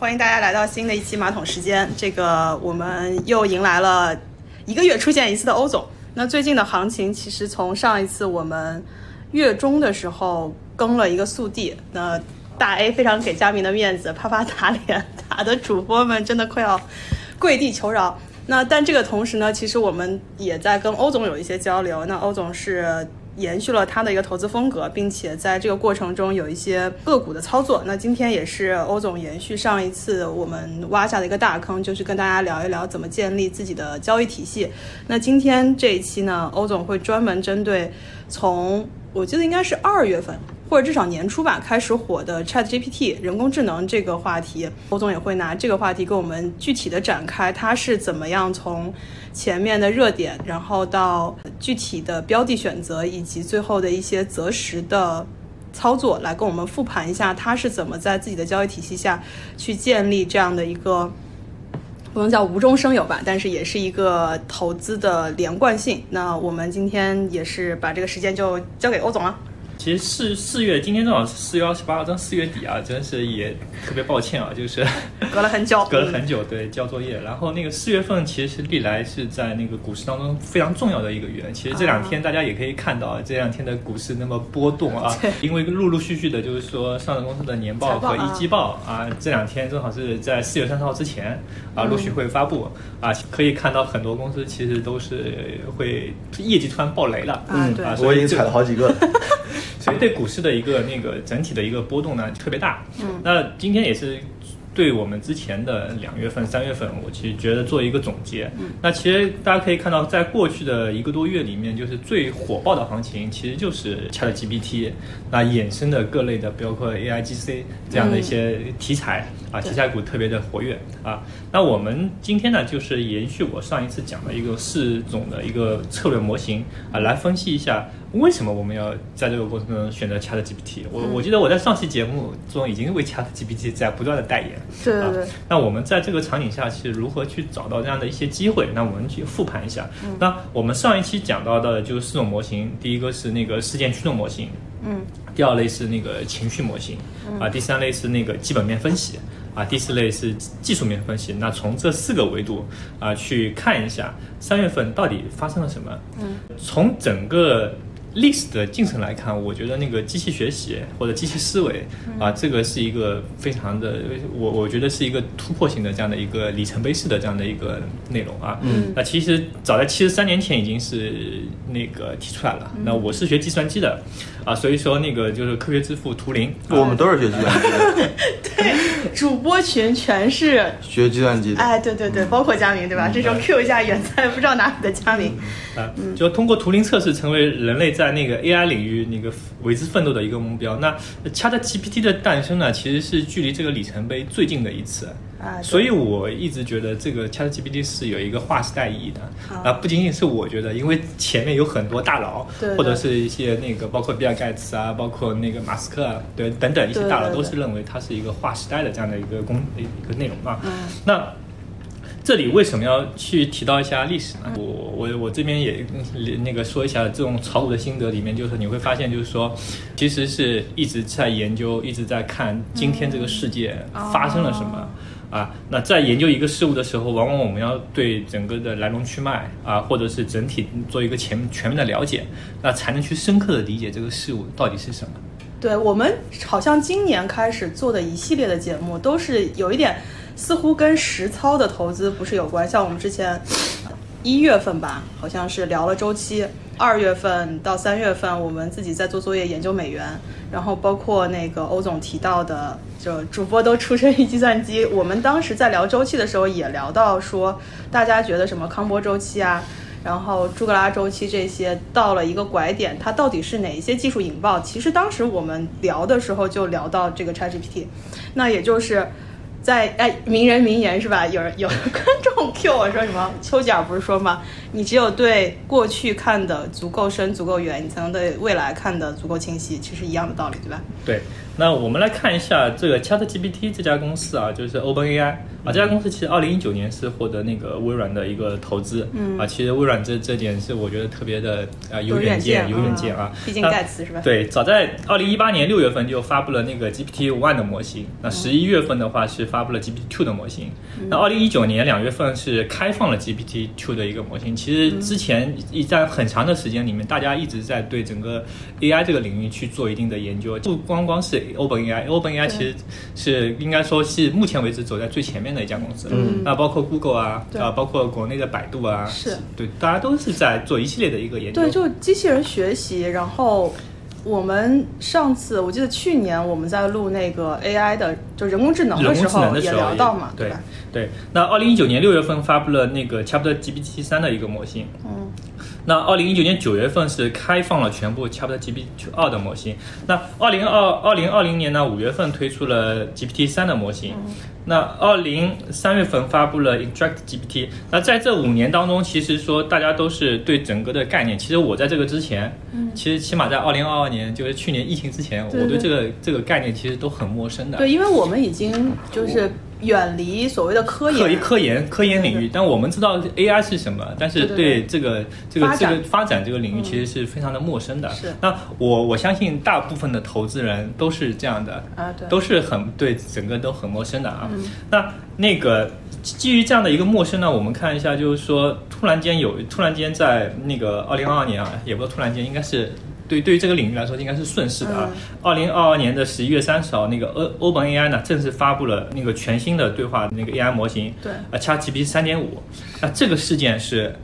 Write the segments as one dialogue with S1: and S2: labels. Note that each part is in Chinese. S1: 欢迎大家来到新的一期马桶时间。这个我们又迎来了一个月出现一次的欧总。那最近的行情，其实从上一次我们月中的时候更了一个速递，那大 A 非常给嘉宾的面子，啪啪打脸，打的主播们真的快要跪地求饶。那但这个同时呢，其实我们也在跟欧总有一些交流。那欧总是延续了他的一个投资风格，并且在这个过程中有一些个股的操作。那今天也是欧总延续上一次我们挖下的一个大坑，就是跟大家聊一聊怎么建立自己的交易体系。那今天这一期呢，欧总会专门针对从我记得应该是二月份。或者至少年初吧，开始火的 Chat GPT 人工智能这个话题，侯总也会拿这个话题跟我们具体的展开，它是怎么样从前面的热点，然后到具体的标的选择，以及最后的一些择时的操作，来跟我们复盘一下，它是怎么在自己的交易体系下去建立这样的一个。不能叫无中生有吧，但是也是一个投资的连贯性。那我们今天也是把这个时间就交给欧总了。
S2: 其实四四月，今天正好是四月二十八，到四月底啊，真是也特别抱歉啊，就是
S1: 隔了很久，
S2: 隔了很久，对，交作业。然后那个四月份其实历来是在那个股市当中非常重要的一个月。其实这两天大家也可以看到，这两天的股市那么波动啊，因为陆陆续续的，就是说上市公司的年报和一季报啊，这两天正好是在四月三十号之前啊，陆续会发布啊，可以看到很多公司其实都是会业绩突然爆雷了。
S1: 嗯，
S2: 啊，
S1: 对
S2: 所
S3: 我已
S2: 以
S3: 经
S2: 这
S3: 踩了好几个了。
S2: 所以对股市的一个那个整体的一个波动呢特别大。
S1: 嗯，
S2: 那今天也是对我们之前的两月份、三月份，我其实觉得做一个总结。嗯，那其实大家可以看到，在过去的一个多月里面，就是最火爆的行情其实就是 Chat GPT，那衍生的各类的，包括 AIGC 这样的一些题材、啊，
S1: 对
S2: 题材股特别的活跃啊。那我们今天呢，就是延续我上一次讲的一个四种的一个策略模型啊，来分析一下为什么我们要在这个过程中选择 Chat GPT。我我记得我在上期节目中已经为 Chat GPT 在不断的代言。
S1: 对对对
S2: 啊，那我们在这个场景下是如何去找到这样的一些机会？那我们去复盘一下。
S1: 嗯
S2: 那我们上一期讲到的就是四种模型，第一个是那个事件驱动模型，
S1: 嗯，
S2: 第二类是那个情绪模型，啊，第三类是那个基本面分析，啊，第四类是技术面分析。那从这四个维度啊去看一下三月份到底发生了什么。嗯，从整个。历史的进程来看，我觉得那个机器学习或者机器思维啊，这个是一个非常的，我我觉得是一个突破性的这样的一个里程碑式的这样的一个内容啊。
S1: 嗯
S2: 那其实早在七十三年前已经是那个提出来了。那我是学计算机的啊，所以说那个就是科学之父图灵，啊
S3: 我们都是学计算机 的，
S1: 主播群全是，
S3: 学计算机的。
S1: 哎，对对对，包括佳明对吧？这时候 Q 一下远在不知道哪里的佳明，
S2: 啊，
S1: 嗯
S2: 就通过图灵测试成为人类在那个 AI 领域那个为之奋斗的一个目标。那 Chat GPT 的诞生呢，其实是距离这个里程碑最近的一次。
S1: 啊，对
S2: 所以我一直觉得这个 Chat GPT 是有一个划时代意义的。那不仅仅是我觉得，因为前面有很多大佬
S1: 对，
S2: 或者是一些那个包括比尔盖茨啊，包括那个马斯克啊，对等等一些大佬
S1: 对对对
S2: 都是认为它是一个划时代的这样的一个工一个内容啊。那这里为什么要去提到一下历史呢？我我我这边也嗯那个说一下这种炒股的心得里面，就是你会发现，就是说，其实是一直在研究，一直在看今天这个世界发生了什么。啊，那在研究一个事物的时候，往往我们要对整个的来龙去脉啊，或者是整体做一个全全面的了解，那才能去深刻的理解这个事物到底是什么。
S1: 对我们好像今年开始做的一系列的节目，都是有一点似乎跟实操的投资不是有关。像我们之前一月份吧，好像是聊了周期；二月份到三月份，我们自己在做作业研究美元，然后包括那个欧总提到的，就主播都出身于计算机。我们当时在聊周期的时候，也聊到说，大家觉得什么康波周期啊。然后朱格拉周期这些到了一个拐点，它到底是哪一些技术引爆？其实当时我们聊的时候就聊到这个 ChatGPT，那也就是在哎名人名言是吧？有人有 观众 Q 我说什么？丘吉尔不是说吗？你只有对过去看的足够深、足够远，你才能对未来看的足够清晰。其实一样的道理，对吧？
S2: 对，那我们来看一下这个 ChatGPT 这家公司啊，就是 OpenAI 啊，
S1: 嗯
S2: 这家公司其实二零一九年是获得那个微软的一个投资，
S1: 嗯
S2: 啊，其实微软这这点是我觉得特别的啊有远见，有远见啊，
S1: 毕竟
S2: 那
S1: 盖茨是吧？
S2: 对，早在二零一八年六月份就发布了那个 GPT One 的模型，那
S1: 嗯
S2: 十一月份的话是发布了 GPT Two 的模型，那二零一九年两月份是开放了 GPT Two 的一个模型。其实
S1: 嗯
S2: 之前一在很长的时间里面，大家一直在对整个 AI 这个领域去做一定的研究，不光光是 OpenAI，OpenAI 其实是应该说是目前为止走在最前面的一家公司，
S3: 嗯
S2: 那包括 Google 啊，
S1: 对
S2: 啊，包括国内的百度啊，
S1: 是
S2: 对，大家都是在做一系列的一个研究，
S1: 对，就机器人学习。然后我们上次我记得去年我们在录那个 AI 的，就人工智能的
S2: 人工
S1: 时
S2: 智能
S1: 候
S2: 的
S1: 也
S2: 时候
S1: 聊到嘛，
S2: 对
S1: 吧？
S2: 对。那二零一九年六月份发布了那个 Chat GPT 三的一个模型，
S1: 嗯，
S2: 那二零一九年九月份是开放了全部 Chat GPT 二的模型。那二零二二零二零年呢，五月份推出了 GPT 三的模型。
S1: 嗯
S2: 那二零三月份发布了 Interact GPT。那在这五年当中，其实说大家都是对整个的概念。其实我在这个之前，其实起码在二零二二年，就是去年疫情之前，
S1: 嗯对
S2: 我对
S1: 对
S2: 这个这个概念其实都很陌生的。
S1: 对，因为我们已经就是远离所谓的科
S2: 科
S1: 研，
S2: 科研科研领
S1: 对
S2: 域，但我们知道 AI 是什么，但是
S1: 对对对
S2: 对这个这个
S1: 发
S2: 这
S1: 展嗯
S2: 个发展这个领域其实是非常的陌生的。
S1: 是
S2: 那我我相信大部分的投资人都是这样的，
S1: 啊对嗯
S2: 都是很对整个都很陌生的啊。那那个基于这样的一个陌生呢，我们看一下，就是说突然间有突然间在那个二零二二年啊，也不是突然间，应该是。对，对于这个领域来说，应该是顺势的啊。
S1: 嗯
S2: 二零二二年的十一月三十号，那个 O OpenAI 呢，正式发布了那个全新的对话那个 AI 模型，
S1: 对
S2: 啊，ChatGPT 三点五。那这个事件是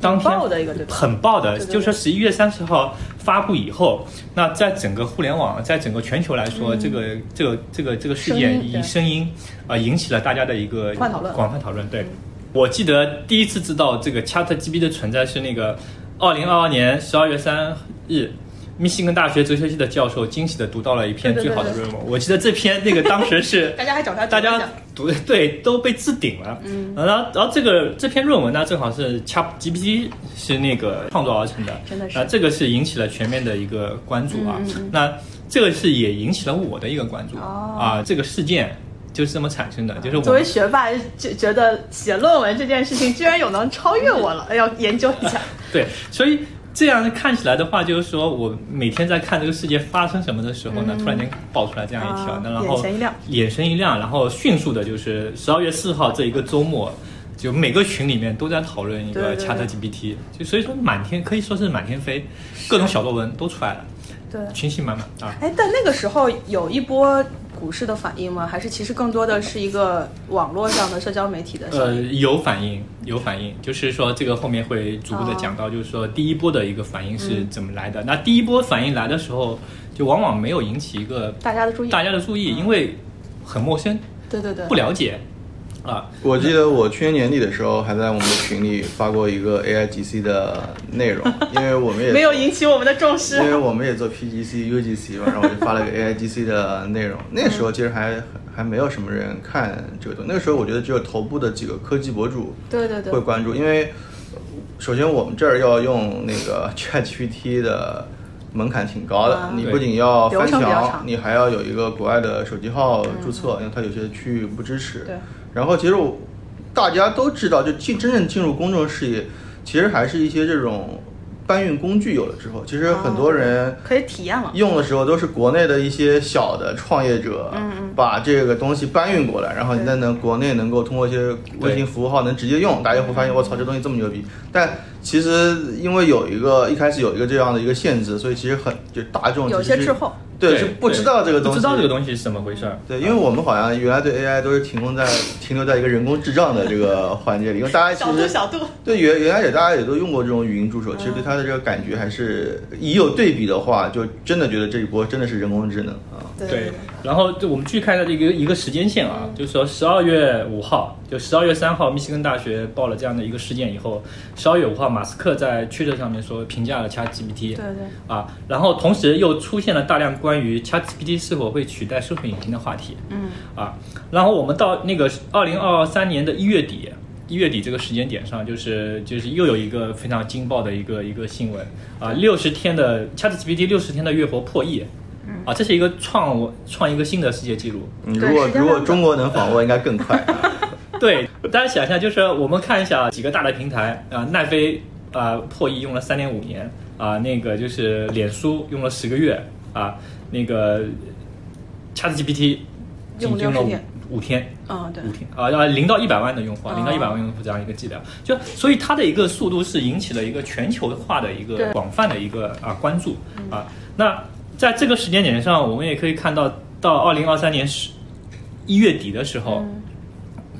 S2: 当天
S1: 很爆的一个对吧
S2: 很爆的，
S1: 对对对
S2: 就是说十一月三十号发布以后，那在整个互联网，在整个全球来说，这个这个这个这个
S1: 嗯
S2: 事
S1: 声
S2: 件
S1: 音
S2: 以
S1: 对
S2: 声音啊、呃引起了大家的一个
S1: 广泛讨论
S2: 广泛讨论，对。我记得第一次知道这个 ChatGPT 的存在是那个二零二二年十二月三日，密歇根大学哲学系的教授惊喜的读到了一篇
S1: 对对
S2: 最好的
S1: 对对
S2: 论文。我记得这篇那个当时是
S1: 大家还找他
S2: 大
S1: 讲
S2: 家
S1: 讲
S2: 读 对都被置顶了。嗯，然后然后这个这篇论文呢，正好是 Chat GPT 是那个创作而成的，
S1: 真的是
S2: 啊，这个是引起了全面的一个关注啊。
S1: 嗯嗯
S2: 那这个是也引起了我的一个关注、
S1: 哦
S2: 啊，这个事件就是这么产生的，就是我
S1: 作为学霸，就觉得写论文这件事情居然有能超越我了，要研究一 下。
S2: 对，所以这样看起来的话，就是说我每天在看这个世界发生什么的时候呢，突然间爆出来这样一条，
S1: 嗯啊
S2: 那然后
S1: 眼神一亮，
S2: 眼神一亮，然后迅速的就是十二月四号这一个周末。就每个群里面都在讨论一
S1: 对
S2: 个
S1: 对
S2: Chat GPT，就所以说满天可以说是满天飞，
S1: 啊
S2: 各种小作文都出来了，
S1: 对，
S2: 群星满满啊！
S1: 哎，但那个时候有一波股市的反应吗？还是其实更多的是一个网络上的社交媒体的效
S2: 呃，
S1: 应？
S2: 有反应，有反应，就是说这个后面会逐步的讲到，就是说第一波的一个反应是
S1: 嗯
S2: 怎么来的。那第一波反应来的时候，就往往没有引起一个
S1: 大家的注意，
S2: 大家的注意，因为很陌生，
S1: 对对对，
S2: 不了解啊。
S3: 我记得我去年年底的时候，还在我们的群里发过一个 AIGC 的 内容，因为我们也
S1: 没有引起我们的重视
S3: 因。为我们也做 PGC、UGC 嘛，然后我就发了个 AIGC 的内容。那时候其实还还没有什么人看这个东西，那个时候我觉得只有头部的几个科技博主
S1: 对对对
S3: 会，关注，因为呃首先我们这儿要用那个 ChatGPT 的门槛挺高的，
S1: 啊
S3: 你
S2: 对
S3: 不仅要翻
S1: 流程比较长嗯
S3: 墙，你还要有一个国外的手机号注册，因为它有些区域不支持。
S1: 对
S3: 然后其实我大家都知道，就进真正进入公众视野，其实还是一些这种搬运工具有了之后，其实很
S1: 啊
S3: 多人。
S1: 可以体验了。
S3: 用的时候都是国内的一些小的创业者，
S1: 嗯
S3: 把这个东西搬运过来，然后你在能国内能够通过一些微信服务号能直接用，大家会发
S1: 嗯
S3: 现我操，这东西这么牛逼。但其实因为有一个一开始有一个这样的一个限制，所以其实很就大众
S1: 有些
S3: 其实
S1: 滞后，
S3: 对是不知道这个东西，
S2: 不知道这个东西是怎么回事儿。
S3: 对，因为我们好像原来对 AI 都是停留在停留在一个人工智障的这个环节里，因为大家
S1: 小
S3: 其
S1: 度
S3: 实
S1: 小度，
S3: 对，原原来也大家也都用过这种语音助手，其实
S1: 嗯
S3: 对它的这个感觉还是，一有对比的话，就真的觉得这一波真的是人工智能啊。
S1: 对嗯
S2: 对，然后就我们继续看一下这个一个时间线啊，就是说十二月五号，就十二月三号，密歇根大学报了这样的一个事件以后，十二月五号，马斯克在推特上面说评价了 ChatGPT，
S1: 对对，
S2: 啊，然后同时又出现了大量关于 ChatGPT 是否会取代搜索引擎的话题，
S1: 嗯，
S2: 啊，然后我们到那个二零二三年的一月底，一月底这个时间点上，就是就是又有一个非常惊爆的一个一个新闻啊，六十天的 ChatGPT 六十天的月活破亿
S1: 嗯
S2: 啊，这是一个创我创一个新的世界纪录。
S3: 嗯如果
S1: 时间
S3: 如果
S1: 成本
S3: 中国能访问，应该更快。啊
S2: 对， 大家想一下，就是我们看一下几个大的平台啊、奈飞啊、破译用了三点五年啊、那个就是脸书用了十个月啊、那个 ChatGPT
S1: 用
S2: 仅
S1: 了
S2: 用了
S1: 60
S2: 五
S1: 天
S2: 五天。
S1: 嗯，对
S2: 五，天啊，要零到一百万的用户啊，
S1: 哦
S2: 零到一百万用户这样一个剂量，就所以它的一个速度是引起了一个全球化的一个
S1: 对嗯
S2: 广泛的一个啊关注啊。那在这个时间点上，我们也可以看到，到二零二三年十一月底的时候，
S1: 嗯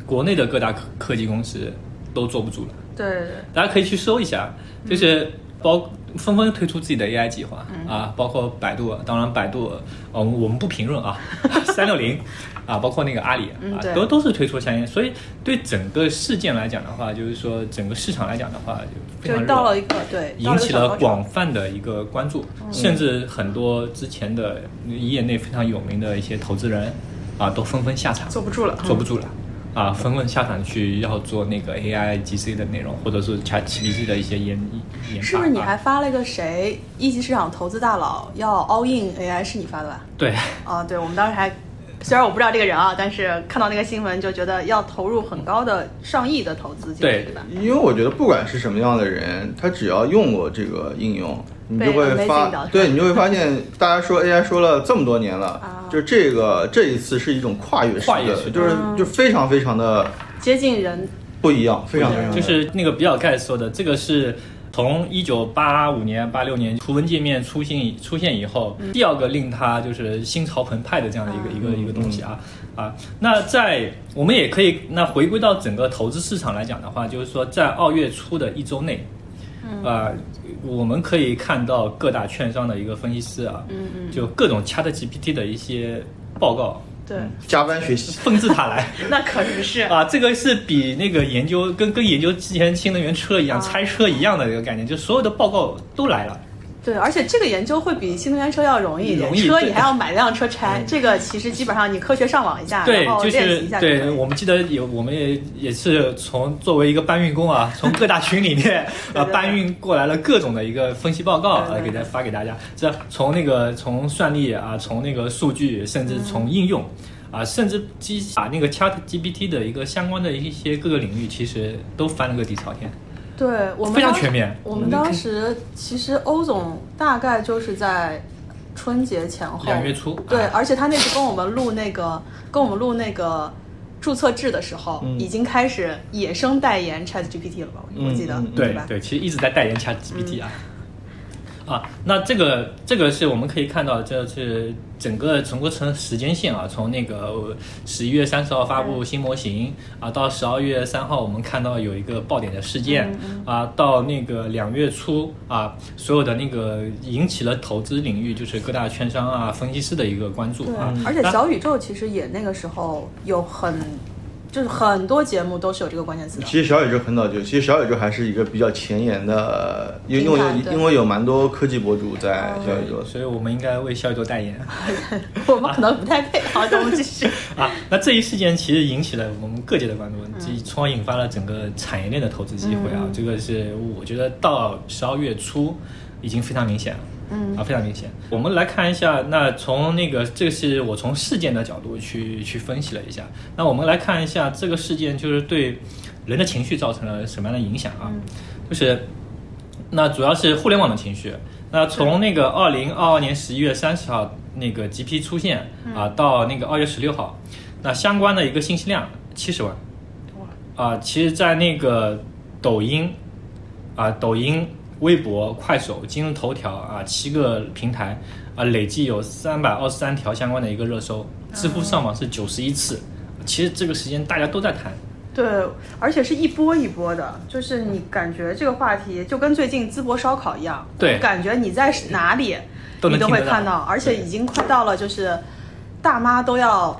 S2: 国内的各大科科技公司都坐不住了。
S1: 对对对，
S2: 大家可以去搜一下，就是包纷纷推出自己的 AI 计划、
S1: 嗯
S2: 啊，包括百度，当然百度，呃，我们不评论啊， 三六零啊，包括那个阿里
S1: 嗯
S2: 啊，
S1: 对
S2: 都都是推出相应，所以对整个事件来讲的话，就是说整个市场来讲的话，就非
S1: 就
S2: 常
S1: 是
S2: 热
S1: 到了一个对，到
S2: 引
S1: 一个
S2: 起
S1: 小高
S2: 了
S1: 潮嗯
S2: 广泛的一个关注，甚至很多之前的业内非常有名的一些投资人啊，都纷纷下场，
S1: 坐不住了，
S2: 坐不住了。啊，纷纷下场去要做那个 AI GC 的内容，或者是 ChatGPT 的一些研
S1: 嗯
S2: 研发。
S1: 是不是你
S2: 啊
S1: 还发了一个谁一级市场投资大佬要 all in AI 是你发的吧？
S2: 对
S1: 啊，对，我们当时还虽然我不知道这个人啊，但是看到那个新闻就觉得要投入很高的上亿的投资进去，
S2: 对
S1: 对吧？
S3: 因为我觉得不管是什么样的人，他只要用过这个应用，你就会
S1: 被 amazing 到
S3: 发，对你就会发现，大家说 AI 说了这么多年了
S1: 啊，
S3: 就这个这一次是一种跨越式
S2: 跨越
S3: 的
S2: 式，的
S3: 就是
S1: 嗯
S3: 就非常非常的
S1: 接近人，
S3: 不一样，非常非常
S2: 就
S3: 地
S2: 是那个比尔盖茨说的，这个是从一九八五年、八六年图文界面出现出现以后，
S1: 嗯
S2: 第二个令他就是心潮澎湃的这样的一个、一个一个东西啊啊。那在我们也可以那回归到整个投资市场来讲的话，就是说在二月初的一周内，
S1: 嗯
S2: 啊、我们可以看到各大券商的一个分析师啊，
S1: 嗯嗯，
S2: 就各种 Chat GPT 的一些报告，
S1: 对，
S3: 加班学习。
S2: 纷至沓来。
S1: 那可不是，
S2: 啊，这个是比那个研究跟跟研究之前新能源车一样、
S1: 啊
S2: 拆车一样的一个概念，就所有的报告都来了。
S1: 对，而且这个研究会比新能源车要容易一点，
S2: 容易
S1: 车
S2: 对嗯
S1: 你还要买辆车拆，这个其实基本上你科学上网一下，
S2: 对
S1: 然，后
S2: 就
S1: 练
S2: 是
S1: 习一下可
S2: 对，
S1: 以
S2: 我们记得有，我们也也是从作为一个搬运工啊，从各大群里 面
S1: 对
S2: 呃
S1: 对
S2: 搬运过来了各种的一个分析报告，
S1: 对对
S2: 呃给大家发给大家。这从那个从算力啊，从那个数据，甚至从应用。啊，甚至基把那个 Chat GPT 的一个相关的一些各个领域，其实都翻了个底朝天，
S1: 对我们
S2: 非常
S1: 当
S2: 全面嗯
S1: 我们当时其实欧总大概就是在春节前后，
S2: 两月初
S1: 对，
S2: 啊
S1: 而且他那次跟我们录那个跟我们录那个注册制的时候，
S3: 嗯
S1: 已经开始野生代言 Chat GPT 了吧？我我记得、
S3: 嗯嗯嗯
S1: 对
S2: 对
S1: 吧？嗯
S2: 对，其实一直在代言 ChatGPT 啊。啊，那这个这个是我们可以看到，就是整个整个从时间线啊，从那个十一月三十号发
S1: 嗯
S2: 布新模型、啊，到十二月三号我们看到有一个爆点的事件、
S1: 嗯
S2: 啊，到那个两月初啊，所有的那个引起了投资领域就是各大券商啊、分析师的一个关注
S1: 对
S2: 啊，
S1: 而且
S2: 那
S1: 小宇宙其实也那个时候有很就是很多节目都是有这个关键词的，
S3: 其实小宇宙很早就，其实小宇宙还是一个比较前沿的，因为因为
S1: 平台
S3: 有
S1: 对哦
S3: 因为有蛮多科技博主在小宇宙，
S2: 所以我们应该为小宇宙代言。
S1: 我们可能不太配。好，那我们继续。
S2: 啊，那这一事件其实引起了我们各界的关注，这从而引发了整个产业链的投资机会啊。这个是我觉得到十二月初已经非常明显了。
S1: 嗯
S2: 啊，非常明显。我们来看一下，那从那个，这个是我从事件的角度去去分析了一下。那我们来看一下这个事件，就是对人的情绪造成了什么样的影响啊？就是那主要是互联网的情绪。那从那个二零二二年十一月三十号那个 GP 出现啊，到那个二月十六号，那相关的一个信息量七十万啊，其实，在那个抖音啊，抖今微博、快手、今日头条啊，七个平台啊，累计有三百二十三条相关的一个热搜，知乎上榜是九十一次。其实这个时间大家都在谈，
S1: 对，而且是一波一波的，就是你感觉这个话题就跟最近淄博烧烤一样，
S2: 对
S1: 感觉你在哪里
S2: 都
S1: 你
S2: 能
S1: 都
S2: 听
S1: 会
S2: 得到
S1: 看到，而且已经快到了就是大妈都要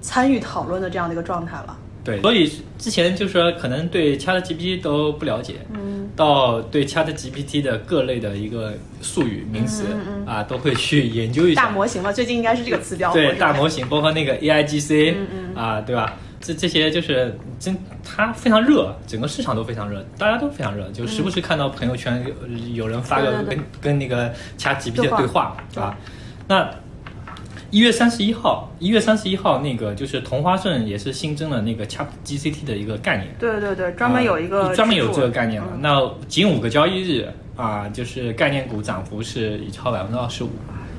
S1: 参与讨论的这样的一个状态了。
S2: 对，所以之前就是说可能对 ChatGPT 都不了解，嗯，到对 ChatGPT 的各类的一个术语名词、啊，都会去研究一
S1: 嗯
S2: 下。
S1: 大模型嘛，最近应该是这个词标，嗯
S2: 对
S1: 是吧
S2: 大模型，包括那个 AIGC，啊，对吧？这这些就是真，它非常热，整个市场都非常热，大家都非常热，就时不时看到朋友圈有有人发个
S1: 嗯对对对
S2: 跟跟那个 ChatGPT
S1: 对
S2: 的
S1: 话
S2: 对话，啊，那一月三十一号，一月三十一号那个就是同花顺也是新增了那个 Chat GCT 的一个概念，
S1: 对对对，专门有一个、嗯
S2: 呃专门有这个概念了。那仅五个交易日啊、就是概念股涨幅是已超百分之二十五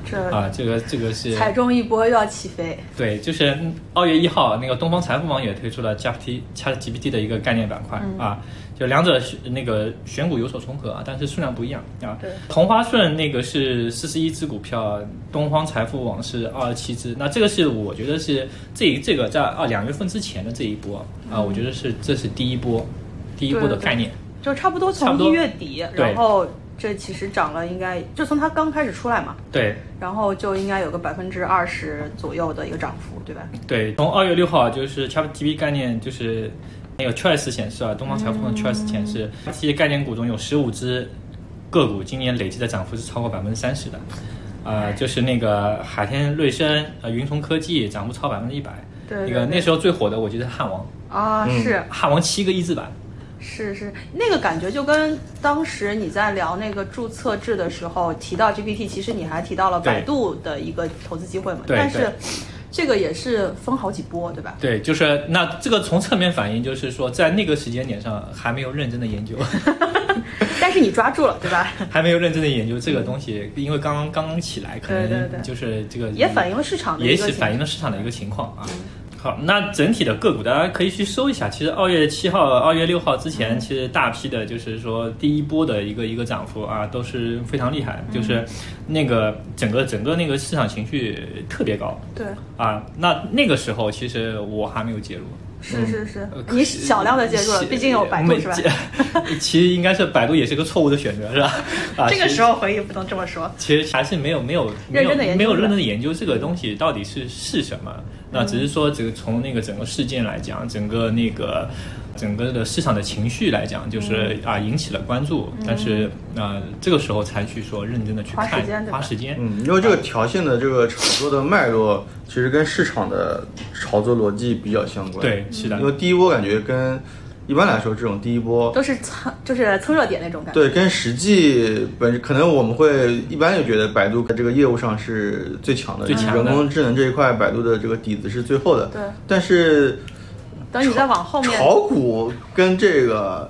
S1: 这
S2: 啊，这个这个是
S1: 踩中一波又要起飞。
S2: 对，就是嗯二月一号，那个东方财富网也推出了 GPT Chat GPT 的一个概念板块、
S1: 嗯
S2: 啊，就两者是那个选股有所重合啊，但是数量不一样啊
S1: 对。
S2: 同花顺那个是四十一只股票，东方财富网是二十七只，那这个是我觉得是这这个在二两月份之前的这一波啊，我觉得是这是第一波，第一波
S1: 嗯
S2: 的
S1: 对对
S2: 概念。
S1: 就差不多
S2: 差
S1: 从
S2: 不多
S1: 一月底，
S2: 对
S1: 然后这其实涨了，应该就从它刚开始出来嘛，
S2: 对
S1: 然后就应该有个百分之二十左右的一个涨幅，对吧？
S2: 对，从二月六号啊就是 ChatGPT 概念就是那个 Choice 显示啊，东方财富
S1: 嗯
S2: 的 Choice 显示，这些概念股中有十五只个股今年累计的涨幅是超过百分之三十的，呃，就是那个海天瑞声、呃云从科技涨幅超百分之一百，
S1: 对对
S2: 那个
S1: 对
S2: 那时候最火的我觉得是汉王，
S1: 啊，是
S2: 汉王七个一字板，
S1: 是是，那个感觉就跟当时你在聊那个注册制的时候提到 GPT，其实你还提到了
S2: 对
S1: 百度的一个投资机会嘛，
S2: 对
S1: 但是
S2: 对
S1: 这个也是分好几波，对 吧？
S2: 对，就是那这个从侧面反映就是说在那个时间点上还没有认真的研究。
S1: 但是你抓住了，对吧？
S2: 还没有认真的研究这个东西，因为刚刚刚刚起来，可
S1: 对对对
S2: 能就是这个
S1: 也反映了市场的
S2: 嗯也
S1: 一个
S2: 是
S1: 情
S2: 反映了市场的一个情况啊。好，那整体的个股大家可以去搜一下。其实二月七号、二月六号之前，其实大批的，就是说第一波的一个一个涨幅啊，都是非常厉害，
S1: 嗯
S2: 就是那个整个整个那个市场情绪特别高
S1: 对，
S2: 啊。那那个时候其实我还没有介入，
S1: 是是是
S2: 呃，
S1: 你少量的介入了，
S2: 是
S1: 毕竟有百度
S2: 没
S1: 是吧？
S2: 介 其实应该是百度也是个错误的选择，是吧？啊，
S1: 这个
S2: 其
S1: 时候回忆不能这么说。
S2: 其实还是没有没有没
S1: 认
S2: 有
S1: 真地研究嗯
S2: 没有
S1: 出来
S2: 认真的研究这个东西到底是是什么。那只是说，这个从那个整个事件来讲，整个那个整个的市场的情绪来讲，就是、
S1: 嗯
S2: 啊引起了关注，但是啊、呃这个时候才去说认真的去
S1: 花
S2: 看，
S1: 时间对吧
S2: 花时间
S3: 嗯，因为这个条线的这个炒作的脉络，其实跟市场的炒作逻辑比较相关。
S2: 对是的
S3: 因为第一波感觉跟一般来说这种第一波，
S1: 都是蹭，就是蹭热点那种感觉。
S3: 对，跟实际本可能我们会一般就觉得百度在这个业务上是最强的，
S2: 最强的
S3: 人工智能这一块，百度的这个底子是最厚的。
S1: 对
S3: 但是
S1: 等你再往后面，
S3: 炒股跟这个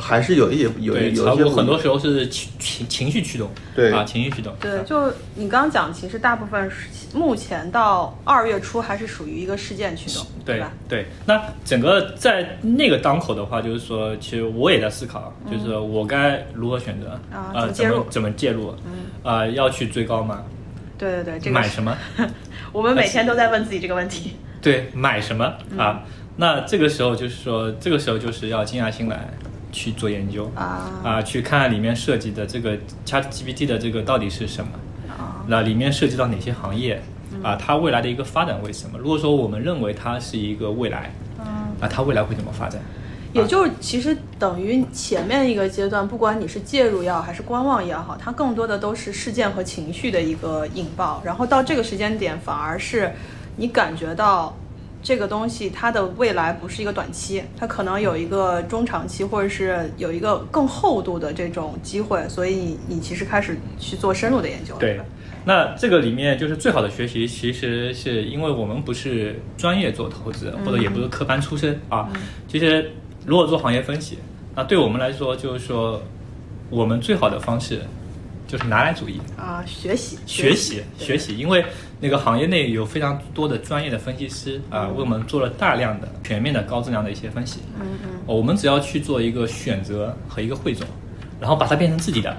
S3: 还是有一些有
S2: 对
S3: 一有
S2: 炒
S3: 一些
S2: 股
S3: 不一
S2: 很多
S3: 样
S2: 时候是情情情绪驱动，
S3: 对
S2: 啊情绪驱动，
S1: 对，就你刚刚讲，其实大部分是目前到二月初还是属于一个事件驱动，
S2: 对
S1: 吧？
S2: 对，那整个在那个当口的话，就是说，其实我也在思考，就是我该如何选择
S1: 嗯啊
S2: 呃
S1: 怎么介
S2: 怎
S1: 入
S2: 么怎么介入，呃，要去追高吗？
S1: 对对对，这个
S2: 买
S1: 是
S2: 什么？
S1: 我们每天都在问自己这个问题。
S2: 对，买什么
S1: 嗯
S2: 啊？那这个时候就是说，这个时候就是要静下心来去做研究
S1: 啊
S2: 去看里面涉及的这个 Chat GPT 的这个到底是什么，
S1: 啊
S2: 那里面涉及到哪些行业
S1: 嗯
S2: 啊？它未来的一个发展为什么？如果说我们认为它是一个未来，
S1: 嗯
S2: 啊，它未来会怎么发展？
S1: 也就是其实等于前面一个阶段，不管你是介入也好，还是观望也好，它更多的都是事件和情绪的一个引爆。然后到这个时间点，反而是你感觉到这个东西它的未来不是一个短期，它可能有一个中长期，或者是有一个更厚度的这种机会，所以你你其实开始去做深入的研究了。
S2: 对
S1: 吧，
S2: 那这个里面就是最好的学习，其实是因为我们不是专业做投资，或者也不是科班出身啊。其实如果做行业分析，那对我们来说就是说，我们最好的方式就是拿来主义。
S1: 啊，学习
S2: 学习
S1: 对
S2: 学习，因为那个行业内有非常多的专业的分析师啊、为我们做了大量的全面的高质量的一些分析。嗯嗯，我们只要去做一个选择和一个汇总，然后把它变成自己的。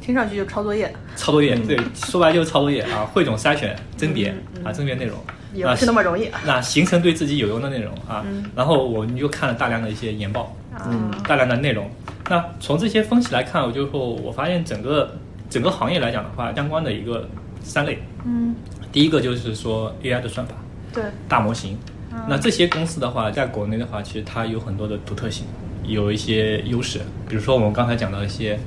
S1: 听上去就抄作业，
S2: 抄作业，
S1: 嗯
S2: 对，说白了就是抄作业啊，汇总、筛选、甄别啊，甄别内容，
S1: 也不是那么容易嗯啊。
S2: 那形成对自己有用的内容啊。然后我们就看了大量的一些研报，
S3: 嗯
S1: 啊
S2: 大量的内容。那从这些分析来看，我就说，我发现整个整个行业来讲的话，相关的一个三类，
S1: 嗯，
S2: 第一个就是说 AI 的算法，
S1: 对，
S2: 大模型。
S1: 嗯
S2: 那这些公司的话，在国内的话，其实它有很多的独特性，有一些优势。比如说我们刚才讲到一些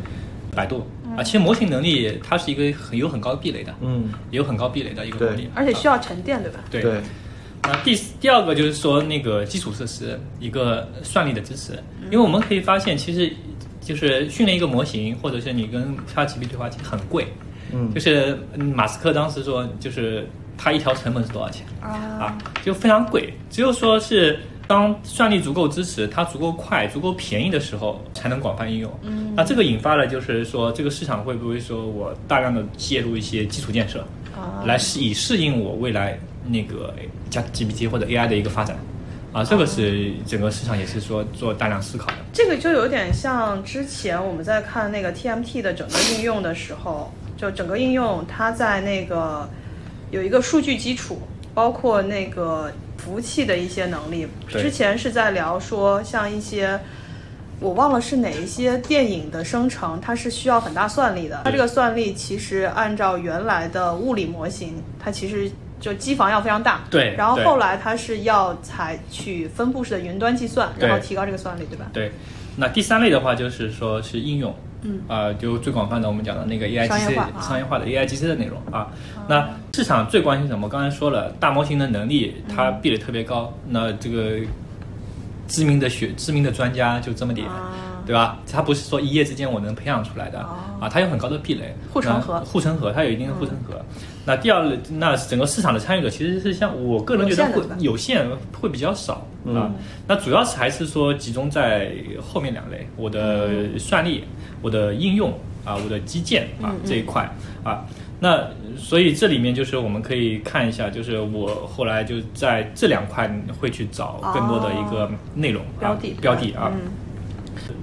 S2: 百度
S1: 嗯
S2: 啊，其实模型能力它是一个很有很高壁垒的，
S3: 嗯，
S2: 也有很高壁垒的一个能力。啊
S1: 而且需要沉淀，对吧？
S2: 对
S3: 对
S2: 那第四第二个就是说那个基础设施一个算力的支持，
S1: 嗯
S2: 因为我们可以发现，其实就是训练一个模型，或者是你跟 ChatGPT 对话很贵，
S3: 嗯
S2: 就是嗯马斯克当时说，就是它一条成本是多少钱
S1: 啊
S2: 啊，就非常贵。只有说是当算力足够支持，它足够快、足够便宜的时候，才能广泛应用。嗯，那这个引发了就是说，这个市场会不会说我大量的介入一些基础建设，
S1: 啊
S2: 来适以适应我未来那个 ChatGPT 或者 AI 的一个发展？啊，这个是整个市场也是说做大量思考的。
S1: 这个就有点像之前我们在看那个 TMT 的整个应用的时候，就整个应用它在那个有一个数据基础，包括那个服务器的一些能力。
S2: 对
S1: 之前是在聊说像一些。我忘了是哪一些电影的生成，它是需要很大算力的。它这个算力其实按照原来的物理模型，它其实就机房要非常大。
S2: 对
S1: 然后
S2: 对
S1: 后来它是要采取分布式的云端计算，然后
S2: 对
S1: 提高这个算力，对吧？
S2: 对，那第三类的话就是说是应用，嗯，啊、就最广泛的我们讲的那个 AI
S1: 商业
S2: GC
S1: 化啊
S2: 商业化的 AI GC 的内容啊。那市场最关心什么？刚才说了，大模型的能力它壁垒特别高，
S1: 嗯
S2: 那这个知名的学知名的专家就这么点。
S1: 啊哦
S2: 对吧？它不是说一夜之间我能培养出来的、啊，它有很高的壁垒，
S1: 护城河嗯
S2: 那护城河它有一定的护城河。那第二，那整个市场的参与者其实是像我个人觉得
S1: 有限的
S2: 会
S1: 对吧
S2: 有限，会比较少
S3: 嗯
S2: 啊。那主要是还是说集中在后面两类，我
S1: 嗯
S2: 的算力、我的应用啊、我的基建啊、
S1: 嗯
S2: 这一块啊。那所以这里面就是我们可以看一下，就是我后来就在这两块会去找更多的一个内容、
S1: 哦标
S2: 啊
S1: 的
S2: 标的啊。
S1: 嗯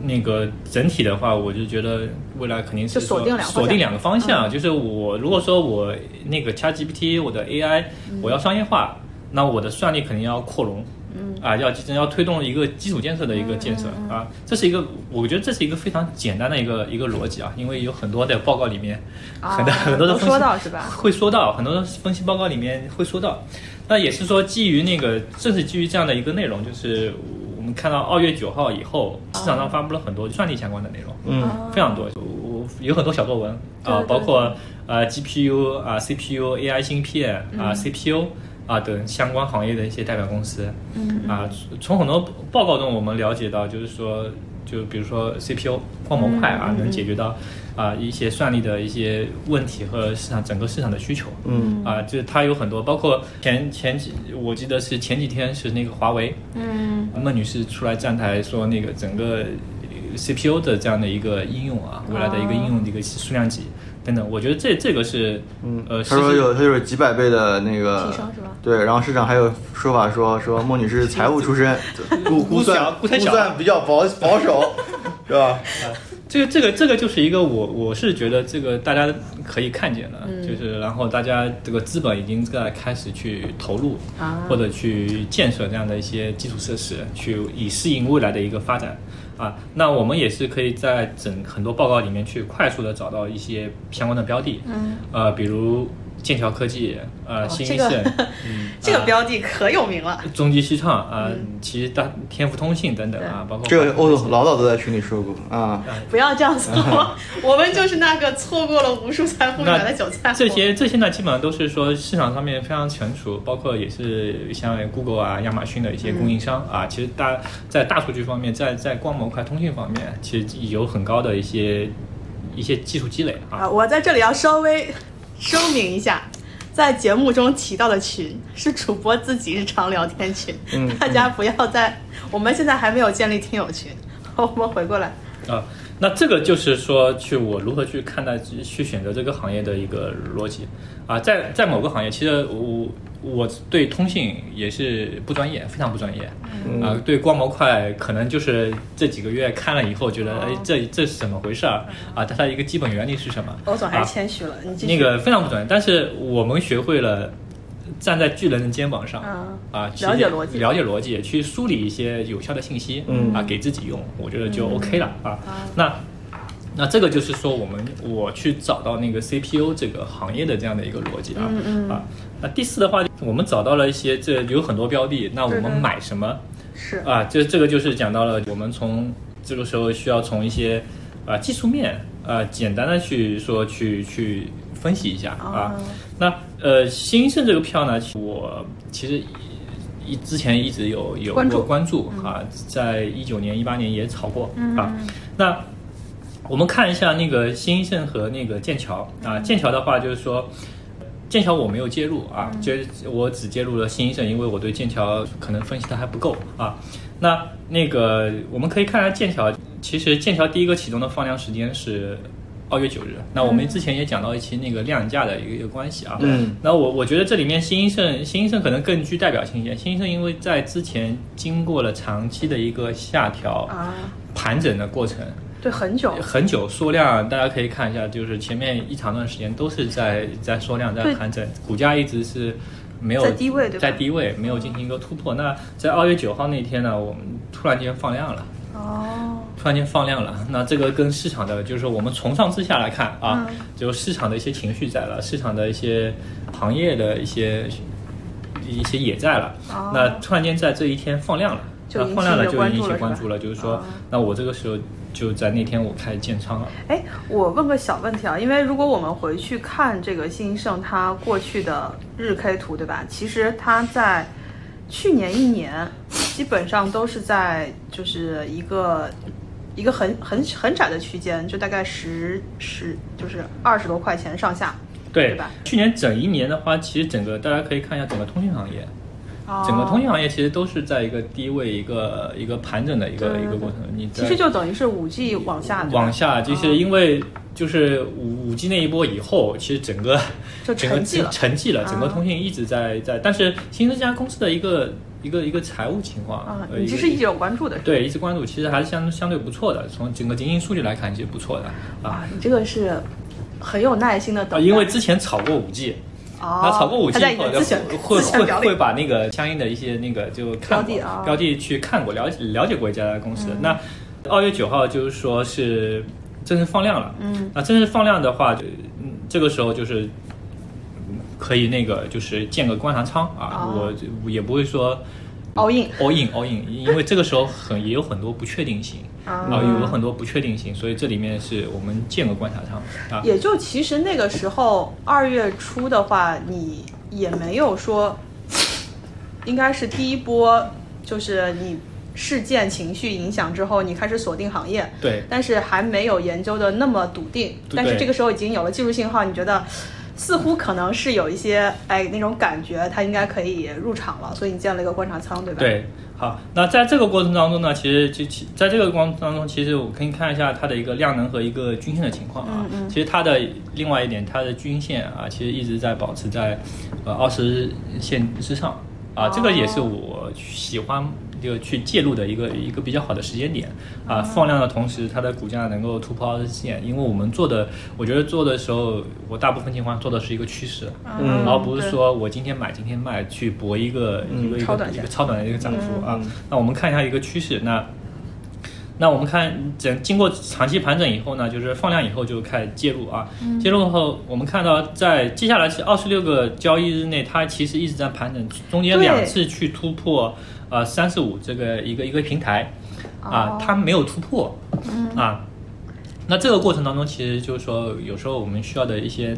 S2: 那个整体的话，我就觉得未来肯定是
S1: 就锁
S2: 说
S1: 定两个方向
S2: 锁定两个方向，啊嗯就是我如果说我那个 ChatGPT 我的 AI 我要商业化，那我的算力肯定要扩容。嗯啊，要真要推动一个基础建设的一个建设、啊，这是一个，我觉得这是一个非常简单的一个一个逻辑啊，因为有很多的报告里面，
S1: 啊
S2: 很多很多的
S1: 都
S2: 分析
S1: 说到是吧
S2: 会说到很多的分析报告里面会说到，那也是说基于那个，正是基于这样的一个内容，就是我们看到二月九号以后，市场上发布了很多算力相关的内容，
S3: 嗯，
S1: 啊
S2: 非常多，我有很多小作文
S1: 对
S2: 啊
S1: 对，
S2: 包括呃 GPU 啊、CPU、AI 芯片
S1: 嗯
S2: 啊、CPU 啊等相关行业的一些代表公司。嗯啊，从很多报告中我们了解到，就是说，就比如说 CPU 光模块
S1: 嗯
S2: 啊，能解决到啊一些算力的一些问题和市场整个市场的需求。
S3: 嗯
S2: 啊，就是它有很多，包括前前几，我记得是前几天是那个华为，
S1: 嗯，
S2: 孟啊女士出来站台说，那个整个呃 CPU 的这样的一个应用啊，未来的一个应用的一个数量级等等，我觉得这这个是，
S3: 嗯，
S2: 呃，
S3: 他说
S2: 实际
S3: 有，他就是几百倍的那个
S1: 提升是吧
S3: 对，然后市场还有说法说说莫女士是财务出 身，估
S2: 估小
S3: 算
S2: 估太小
S3: 算比较保保 守，是吧？
S2: 这个这个这个就是一个我我是觉得这个大家可以看见的，
S1: 嗯
S2: 就是然后大家这个资本已经在开始去投入、
S1: 啊
S2: 或者去建设这样的一些基础设施，去以适应未来的一个发展啊。那我们也是可以在整很多报告里面去快速的找到一些相关的标的，
S1: 嗯，
S2: 呃，比如剑桥科技，呃，
S1: 哦
S2: 新
S1: 这
S2: 一
S1: 个
S2: 线，
S1: 这个
S2: 啊
S1: 标的可有名了。
S2: 中基西创啊，
S1: 嗯
S2: 其实大天福通信等等啊，包括
S3: 这个欧总老早都在群里说过啊，
S1: 不要这样说， 我们就是那个错过了无数财富
S2: 啊那
S1: 园的韭菜。
S2: 这些这些呢，基本上都是说市场上面非常成熟，包括也是像 Google 啊、亚马逊的一些供应商、啊，其实大在大数据方面，在在光模块通信方面，其实有很高的一些一些技术积累啊。
S1: 啊，我在这里要稍微声明一下，在节目中提到的群是主播自己日常聊天群，
S3: 嗯
S1: 大家不要在。我们现在还没有建立听友群，我们回过来。
S2: 啊，那这个就是说，去我如何去看待、去选择这个行业的一个逻辑啊，在在某个行业，其实我我对通信也是不专业，非常不专业啊，对光模块可能就是这几个月看了以后，觉得哎，这这是怎么回事儿啊？它的一个基本原理是什么？
S1: 欧总还
S2: 啊
S1: 是谦虚了，嗯你继续
S2: 那个非常不专业，但是我们学会了站在巨人的肩膀上
S1: 嗯
S2: 啊，去
S1: 了解逻辑
S2: 了解逻辑，去梳理一些有效的信息，
S3: 嗯
S2: 啊，给自己用，我觉得就
S1: 嗯
S2: OK 了啊。那那这个就是说，我们我去找到那个 CPU 这个行业的这样的一个逻辑啊，
S1: 嗯
S2: 啊，那第四的话，我们找到了一些这有很多标的，那我
S1: 对
S2: 们
S1: 对
S2: 买什么？
S1: 是
S2: 啊，这这个就是讲到了我们从这个时候需要从一些啊、技术面啊、简单的去说去去分析一下啊。
S1: 哦
S2: 那呃新盛这个票呢，我其实一之前一直有有
S1: 关注嗯
S2: 过关注啊，在一九年一八年也炒过、啊。那
S1: 嗯
S2: 我们看一下那个新盛和那个剑桥啊，剑桥的话就是说。剑桥我没有介入啊，就是我只介入了新医生，因为我对剑桥可能分析的还不够啊。那那个我们可以看下剑桥，其实剑桥第一个启动的放量时间是二月九日。那我们之前也讲到一期那个量价的一个一个关系啊。
S3: 嗯。
S2: 那我我觉得这里面新医生新医生可能更具代表性一点。新医生因为在之前经过了长期的一个下调、
S1: 啊，
S2: 盘整的过程，
S1: 对，很久，
S2: 很久缩量，大家可以看一下，就是前面一长段时间都是在在缩量，在
S1: 对
S2: 盘整，股价一直是没有
S1: 在低位对吧
S2: 在低位没有进行一个突破。那在二月九号那天呢，我们突然间放量了。
S1: 哦，
S2: 突然间放量了，那这个跟市场的，就是我们从上至下来看啊，
S1: 嗯
S2: 就市场的一些情绪在了，市场的一些行业的一些一些也在了。
S1: 哦
S2: 那突然间在这一天放量了，
S1: 就
S2: 那
S1: 引
S2: 放量
S1: 起你
S2: 了
S1: 的
S2: 就
S1: 关
S2: 引
S1: 注
S2: 起
S1: 了
S2: 关
S1: 是吧
S2: 注了，就是说，
S1: 哦
S2: 那我这个时候就在那天我开始建仓了。
S1: 哎，我问个小问题啊，因为如果我们回去看这个新盛它过去的日 K 图，对吧？其实它在去年一年基本上都是在就是一个一个很很很窄的区间，就大概十十就是二十多块钱上下，对吧？
S2: 去年整一年的话，其实整个大家可以看一下整个通讯行业，
S1: 哦
S2: 整个通讯行业其实都是在一个低位、一个一个盘整的一个
S1: 对
S2: 一个
S1: 对
S2: 过程。你在
S1: 其实就等于是五 G 往下，对吧
S2: 往下，就
S1: 哦
S2: 是因为就是五五 G 那一波以后，其实整个
S1: 就
S2: 整个
S1: 沉寂了
S2: 沉寂了，整个
S1: 啊
S2: 通讯一直在在，但是新这家公司的一个一个一个财务情况，
S1: 啊，
S2: 呃
S1: 你
S2: 一
S1: 其
S2: 个
S1: 实一直有关注的，是吧
S2: 对一直关注，其实还是相相对不错的，从整个经营数据来看，其实不错的啊
S1: 啊，你这个是很有耐心的等
S2: 啊，
S1: 待，
S2: 因为之前炒过五 G，
S1: 哦，
S2: 那炒过五 G
S1: 他在
S2: 以
S1: 你
S2: 后
S1: 的自选
S2: 会
S1: 自选
S2: 会
S1: 表
S2: 会
S1: 里，
S2: 把那个相应的一些那个就看
S1: 标的嗯啊
S2: 过标的去看过了解了解过一家公司。那二月九号就是说是正式放量了，
S1: 嗯，
S2: 那正式放量的话，就嗯这个时候就是嗯可以那个就是建个观察仓啊，
S1: 哦
S2: 我就也不会说
S1: all in。
S2: all in all in，因为这个时候很也有很多不确定性。
S1: 啊
S2: 啊，有很多不确定性，所以这里面是我们建个观察仓啊，
S1: 也就其实那个时候二月初的话，你也没有说，应该是第一波，就是你事件情绪影响之后，你开始锁定行业，
S2: 对，
S1: 但是还没有研究的那么笃定。
S2: 对
S1: 但是这个时候已经有了技术信号，你觉得似乎可能是有一些哎那种感觉，它应该可以入场了，所以你建了一个观察仓，对吧？
S2: 对，好，那在这个过程当中呢，其实就其在这个过程当中，其实我可以看一下它的一个量能和一个均线的情况啊。
S1: 嗯嗯
S2: 其实它的另外一点，它的均线啊，其实一直在保持在呃二十线之上啊，这个也是
S1: 哦
S2: 我喜欢。就去介入的一个一个比较好的时间点
S1: 哦
S2: 啊，放量的同时，它的股价能够突破二十线，因为我们做的，我觉得做的时候，我大部分情况做的是一个趋势，
S1: 嗯
S2: 然后不是
S1: 对嗯
S2: 说我今天买今天卖去搏一个一个一
S1: 超
S2: 个
S1: 短
S2: 一
S1: 线
S2: 个超短的一个涨幅啊
S3: 嗯。
S2: 那我们看一下一个趋势，那那我们看整经过长期盘整以后呢，就是放量以后就开始介入啊。
S1: 嗯
S2: 介入后，我们看到在接下来是二十六个交易日内，它其实一直在盘整，中间
S1: 对
S2: 两次去突破呃三十五这个一个一个平台啊
S1: 哦，嗯
S2: 它没有突破啊。那这个过程当中，其实就是说，有时候我们需要的一些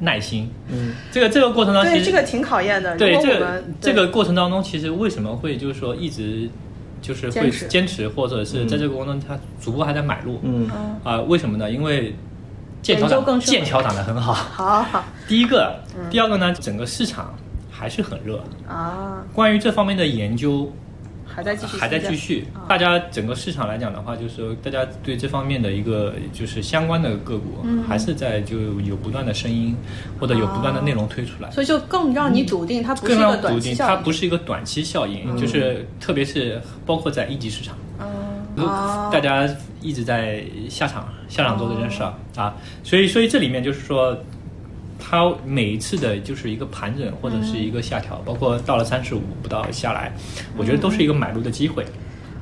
S2: 耐心。
S3: 嗯，
S2: 这个这个过程当中，其
S1: 对，
S2: 实
S1: 这个挺考验的。
S2: 对
S1: 如果
S2: 这
S1: 我
S2: 个
S1: 们
S2: 这个过程当中，其实为什么会就是说一直就是
S1: 坚
S2: 会
S1: 持
S2: 坚持，或者是在这个过程中他逐步还在买入啊、
S3: 嗯
S1: 嗯，
S2: 为什么呢？因为剑桥
S1: 研究更深入嗯
S2: 涨，剑桥涨得很好。
S1: 好好
S2: 第一个，第二个呢，整个市场还是很热。
S1: 啊，
S2: 关于这方面的研究
S1: 还在继续，
S2: 还在继。续
S1: 啊。
S2: 大家整个市场来讲的话，就是说大家对这方面的一个就是相关的个股，
S1: 嗯
S2: 还是在就有不断的声音或者有不
S1: 哦
S2: 断的内容推出来。
S1: 所以就更让你笃定它不是一个
S2: 更让笃
S1: 短期
S2: 定，
S1: 效应。
S2: 它不是一个短期效应，就是特别是包括在一级市场，
S1: 哦啊
S2: 大家一直在下场下场做这件事儿、
S1: 哦
S2: 啊，所以所以这里面就是说，它每一次的就是一个盘整或者是
S1: 嗯
S2: 一个下调，包括到了三十五不到下来，我觉得都是一个买入的机会。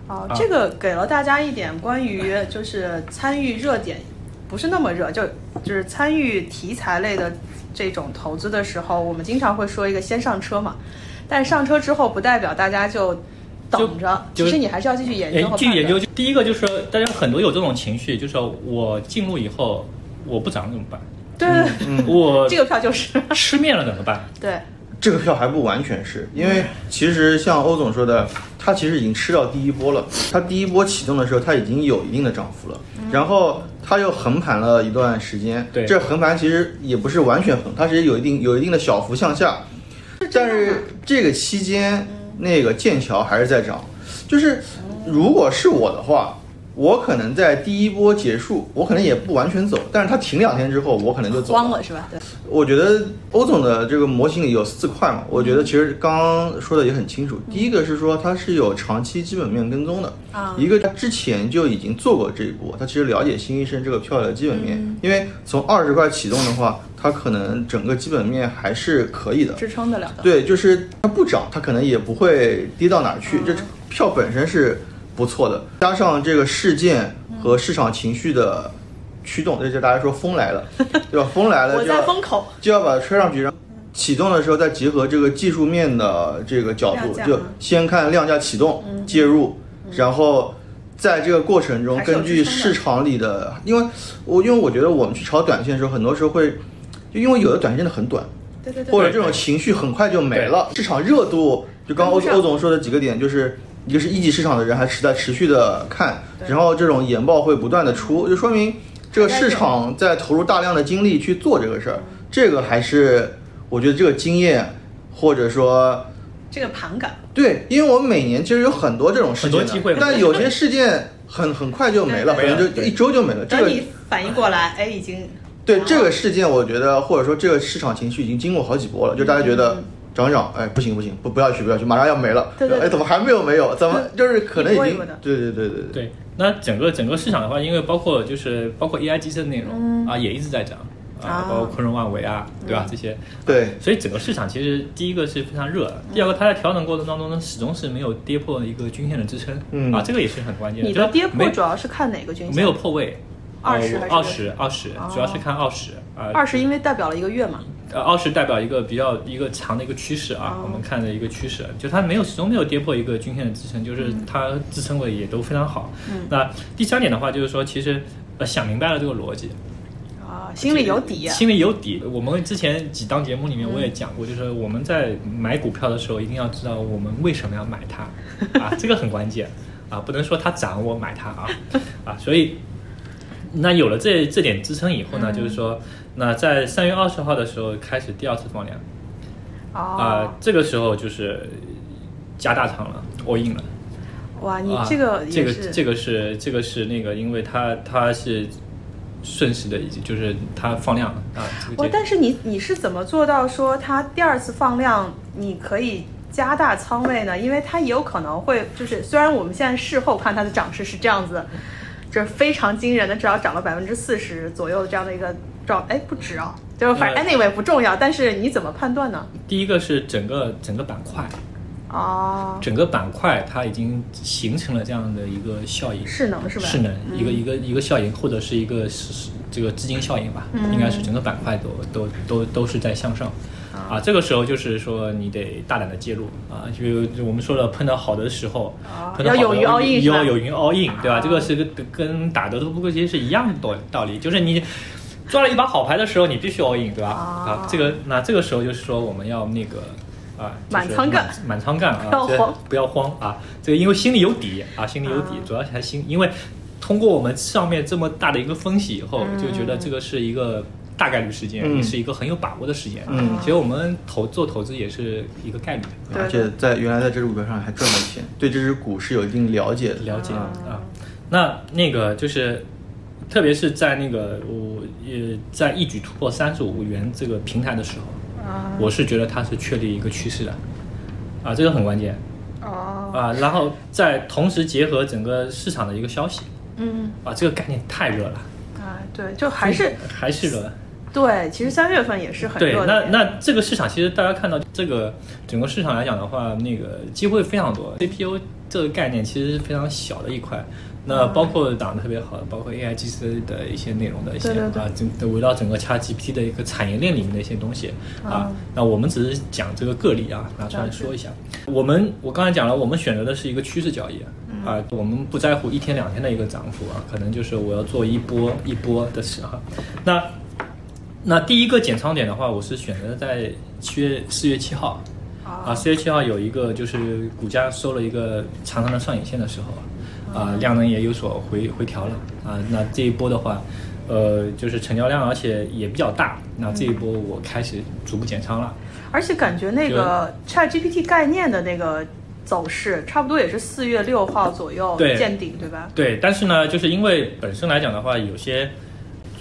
S1: 哦
S2: 啊，
S1: 这个给了大家一点关于就是参与热点，不是那么热，就就是参与题材类的这种投资的时候，我们经常会说一个先上车嘛，但上车之后不代表大家就等着，
S2: 就
S1: 其实你还是要继续嗯研究
S2: 哎，
S1: 和
S2: 去研究
S1: 判断。
S2: 第一个就是说，大家很多有这种情绪，就是说我进入以后我不涨怎么办？
S1: 对对对，
S2: 我
S1: 这个票就是
S2: 吃面了怎么办？
S1: 对，
S3: 这个票还不完全是因为，其实像欧总说的，他其实已经吃到第一波了。他第一波启动的时候，他已经有一定的涨幅了，然后他又横盘了一段时间。
S2: 对
S3: 这横盘其实也不是完全横，它其实有一定有一定的小幅向下，但是这个期间那个剑桥还是在涨。就是如果是我的话，我可能在第一波结束，我可能也不完全走，但是它停两天之后，我可能就走
S1: 慌了是吧？对，
S3: 我觉得欧总的这个模型里有四块嘛，我觉得其实刚刚说的也很清楚。第一个是说它是有长期基本面跟踪的，
S1: 啊
S3: 一个他之前就已经做过这一步，他其实了解新医生这个票的基本面，因为从二十块启动的话，它可能整个基本面还是可以的，
S1: 支撑得了的。
S3: 对，就是它不涨，它可能也不会跌到哪儿去。这
S1: 嗯
S3: 票本身是不错的，加上这个事件和市场情绪的驱动，这就大家说风来了， 对吧？风来了
S1: 我
S3: 就要
S1: 在风口，嗯
S3: 就要把它吹上去，然后启动的时候再结合这个技术面的这个角度
S1: 量，价嗯
S3: 就先看量价启动、介入，然后在这个过程中
S1: 还是有
S3: 根据
S1: 支撑的
S3: 市场里的，因为我因为我觉得我们去炒短线的时候，很多时候会，就因为有的短线真的很短，
S1: 对对对
S3: 或
S1: 对，
S3: 者这种情绪很快就没了。市场热度，就刚刚欧
S1: 跟不上
S3: 欧总说的几个点，就是一个是一级市场的人还是在持续的看，然后这种研报会不断的出，就说明这个市场在投入大量的精力去做这个事儿。这个还是我觉得这个经验，或者说
S1: 这个盘感
S3: 对，因为我们每年其实有很多这种事件的，
S2: 很多机会
S3: 但有些事件很很快就没了，
S1: 对
S3: 可
S1: 对
S3: 能就一周就没了。这
S1: 等
S3: 个
S1: 你反应过来，哎，已经
S3: 对这个事件，我觉得或者说这个市场情绪已经经过好几波了，就大家觉得涨一涨，哎，不行不行，不不要去不要去，马上要没了，
S1: 嗯对对对
S3: 哎，怎么还没有没有？怎么就是可能已
S1: 一
S3: 经
S1: 波一波的
S3: 对对对对对，
S2: 对，那整个整个市场的话，因为包括就是包括 AI 机身内容、啊，也一直在涨啊
S1: 嗯啊，嗯
S2: 包括昆仑万维啊，对吧？这些，
S3: 对
S2: 所以整个市场其实第一个是非常热的，第二个
S1: 嗯
S2: 它在调整过程当中呢，始终是没有跌破一个均线的支撑，
S3: 嗯
S2: 啊，这个也是很关键的。
S1: 你的
S2: 就是
S1: 跌破
S2: 没
S1: 主要是看哪个均线？
S2: 没有破位，
S1: 20还
S2: 二
S1: 是
S2: 十二十
S1: 哦，
S2: 主要是看二十啊，
S1: 二十，因为代表了一个月嘛。
S2: 呃，二十代表一个比较一个长的一个趋势啊，
S1: 哦
S2: 我们看的一个趋势，就它没有始终没有跌破一个均线的支撑，就是它支撑位也都非常好。
S1: 嗯
S2: 那第三点的话，就是说其实呃想明白了这个逻辑，
S1: 啊，心里有底。嗯
S2: 心里有底。我们之前几档节目里面我也讲过，就是我们在买股票的时候一定要知道我们为什么要买 它啊，这个很关键啊，不能说它涨我买它啊 啊，所以那有了这这点支撑以
S1: 嗯
S2: 后呢，就是说那在三月二十号的时候开始第二次放量啊、
S1: 哦，
S2: 这个时候就是加大仓了，all in 了。
S1: 哇，你
S2: 啊
S1: 这个
S2: 这
S1: 也
S2: 个
S1: 是
S2: 这个是这个是那个，因为它它是瞬时的，已经就是它放量了啊。这个
S1: 哇
S2: 这，
S1: 但是你你是怎么做到说它第二次放量，你可以加大仓位呢？因为它也有可能会就是，虽然我们现在事后看它的涨势是这样子的，就是非常惊人的，至少涨了百分之四十左右的这样的一个状，哎，不止啊，就是反
S2: 呃
S1: 正 anyway 不重要，但是你怎么判断呢？
S2: 第一个是整个整个板块，
S1: 啊，
S2: 整个板块它已经形成了这样的一个效应，
S1: 势能是吧？嗯
S2: 势能一个一个一个效应，或者是一个是是这个资金效应吧，
S1: 嗯
S2: 应该是整个板块都都都都是在向上。啊，这个时候就是说你得大胆的介入啊，就就我们说了，碰到好的时候，
S1: 啊
S2: 碰到好
S1: 要勇于 all in
S2: 的
S1: 是吧
S2: 要勇于 all in，对吧？
S1: 啊
S2: 这个是个跟打德州扑克其实是一样的道道理，就是你抓了一把好牌的时候，你必须 all in，对吧？
S1: 啊
S2: 这个那这个时候就是说我们要那个啊，就
S1: 满
S2: 是
S1: 仓干
S2: 满，满仓干啊，
S1: 不要
S2: 这
S1: 慌
S2: 不要慌啊，这个因为心里有底啊，心里有底
S1: 啊，
S2: 主要还心，因为通过我们上面这么大的一个分析以后，
S1: 嗯
S2: 就觉得这个是一个大概率事件，
S3: 嗯
S2: 也是一个很有把握的事件。
S3: 嗯
S2: 其实我们投做投资也是一个概率，
S1: 对
S3: 而且在原来在这只股票上还赚了钱，对这只股是有一定了解的。
S2: 了解
S1: 啊
S2: 啊。那那个就是，特别是在那个我呃，在一举突破三十五元这个平台的时候，
S1: 啊，
S2: 我是觉得它是确立一个趋势的，啊，这个很关键。
S1: 哦，
S2: 啊，然后再同时结合整个市场的一个消息
S1: 嗯，
S2: 啊，这个概念太热了，
S1: 啊，对，就还是
S2: 还是热。
S1: 对，其实三月份也是很
S2: 对
S1: 热，
S2: 那
S1: 的。
S2: 那这个市场其实大家看到这个整个市场来讲的话，那个机会非常多。CPU 这个概念其实是非常小的一块，
S1: 嗯
S2: 那包括涨得特别好的，包括 AI G C 的一些内容的一些
S1: 对对对
S2: 啊，整围绕整个 ChatGPT 的一个产业链里面的一些东西啊
S1: 嗯。
S2: 那我们只是讲这个个例啊，拿出来
S1: 了解
S2: 说一下。我们我刚才讲了，我们选择的是一个趋势交易。啊，我们不在乎一天两天的一个涨幅啊，可能就是我要做一波一波的事哈、那那第一个减仓点的话，我是选择在七月四月七号，啊，四月七号有一个就是股价收了一个长长的上影线的时候，啊，量能也有所回回调了啊。那这一波的话，呃，就是成交量而且也比较大，那这一波我开始逐步减仓了。
S1: 而且感觉那个 Chat GPT 概念的那个走势，差不多也是四月六号左右
S2: 对
S1: 见顶，对吧？
S2: 对，但是呢，就是因为本身来讲的话，有些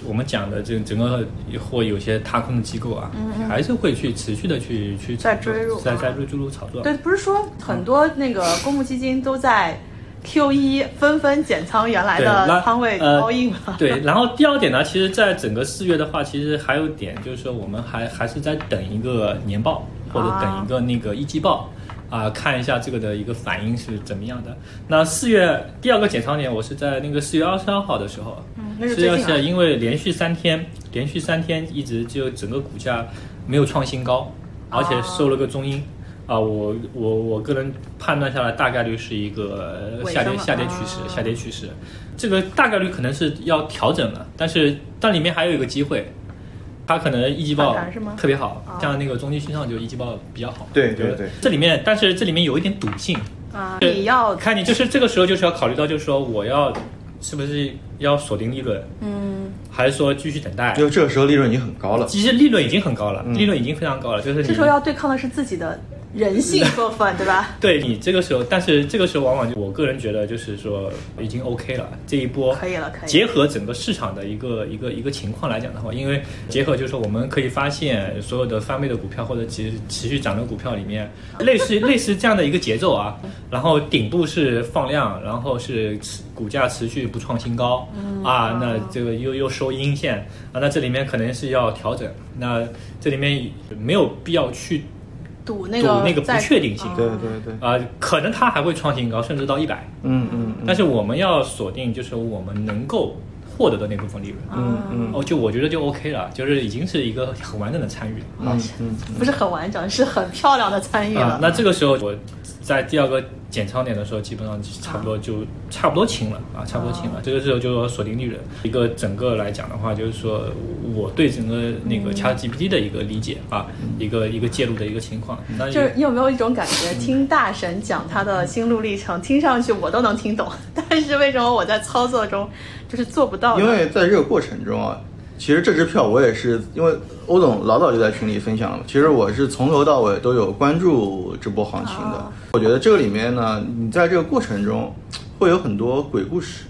S2: 我们讲的这整个或有些踏空的机构啊，还是会去持续的去去
S1: 嗯在
S2: 炒作
S1: 追入啊
S2: 在在追入炒作。
S1: 对，不是说很多那个公募基金都在 Q 一纷纷减仓原来
S2: 对
S1: 的
S2: 那
S1: 仓位
S2: 呃
S1: all in 了。
S2: 对，然后第二点呢，其实，在整个四月的话，其实还有点就是说，我们还还是在等一个年报或者等一个那个一季报啊、看一下这个的一个反应是怎么样的。那四月第二个减仓点，我是在那个四月二十二号的时候，
S1: 嗯那是
S2: 是
S1: 最
S2: 要
S1: 近啊
S2: 是因为连续三天，连续三天一直就整个股价没有创新高，而且收了个中阴。啊，我我我个人判断下来，大概率是一个
S1: 尾
S2: 下
S1: 声
S2: 跌
S1: 了
S2: 下跌趋势
S1: 啊，
S2: 下跌趋势，这个大概率可能是要调整了，但是但里面还有一个机会，它可能一季报
S1: 反弹是吗
S2: 特别好
S1: 啊，
S2: 像那个中期新上就一季报比较好。
S3: 对
S2: 对
S3: 对对，
S2: 这里面但是这里面有一点赌性，
S1: 啊，
S2: 呃对
S1: 你要
S2: 看你就是这个时候就是要考虑到，就是说我要是不是要锁定利润，
S1: 嗯，
S2: 还是说继续等待
S3: 因？为这个时候利润已经很高了。
S2: 其实利润已经很高了，
S3: 嗯
S2: 利润已经非常高了，就是你
S1: 这时候要对抗的是自己的人性部分，对吧？
S2: 对你这个时候，但是这个时候往往就我个人觉得就是说已经 OK 了，这一波
S1: 可以了，可以了。
S2: 嗯结合整个市场的一个一个一个情况来讲的话，因为结合就是说我们可以发现所有的翻倍的股票或者持持续涨的股票里面，类似类似这样的一个节奏啊，然后顶部是放量，然后是持股价持续不创新高、
S1: 嗯
S2: 啊，那这个又又收阴线啊，那这里面可能是要调整，那这里面没有必要去
S1: 赌那个
S2: 赌那个不
S1: 在
S2: 确定性
S1: 啊
S3: 对对对，
S2: 啊、可能它还会创新高，甚至到一百，
S3: 嗯嗯嗯
S2: 但是我们要锁定就是我们能够获得的那部分利
S1: 啊
S2: 润。
S3: 嗯嗯
S2: 哦，就我觉得就 OK 了，就是已经是一个很完整的参与了。
S3: 嗯嗯，
S1: 啊不是很完整，是很漂亮的参与
S2: 啊
S1: 了。
S2: 那这个时候我在第二个减仓点的时候，基本上差不多就、差不多清了啊，差不多清了。这个时候就说锁定利润，一个整个来讲的话，就是说我对整个那
S3: 嗯
S2: 个 ChatGPT 的一个理解啊，一个一个介入的一个情况。那
S1: 就是你有没有一种感觉，听大神讲他的心路历程，听上去我都能听懂，但是为什么我在操作中就是做不到呢？
S3: 因为在这个过程中啊，其实这支票我也是因为欧总老早就在群里分享了，其实我是从头到尾都有关注这波行情的。
S1: 哦
S3: 我觉得这个里面呢，你在这个过程中会有很多鬼故事，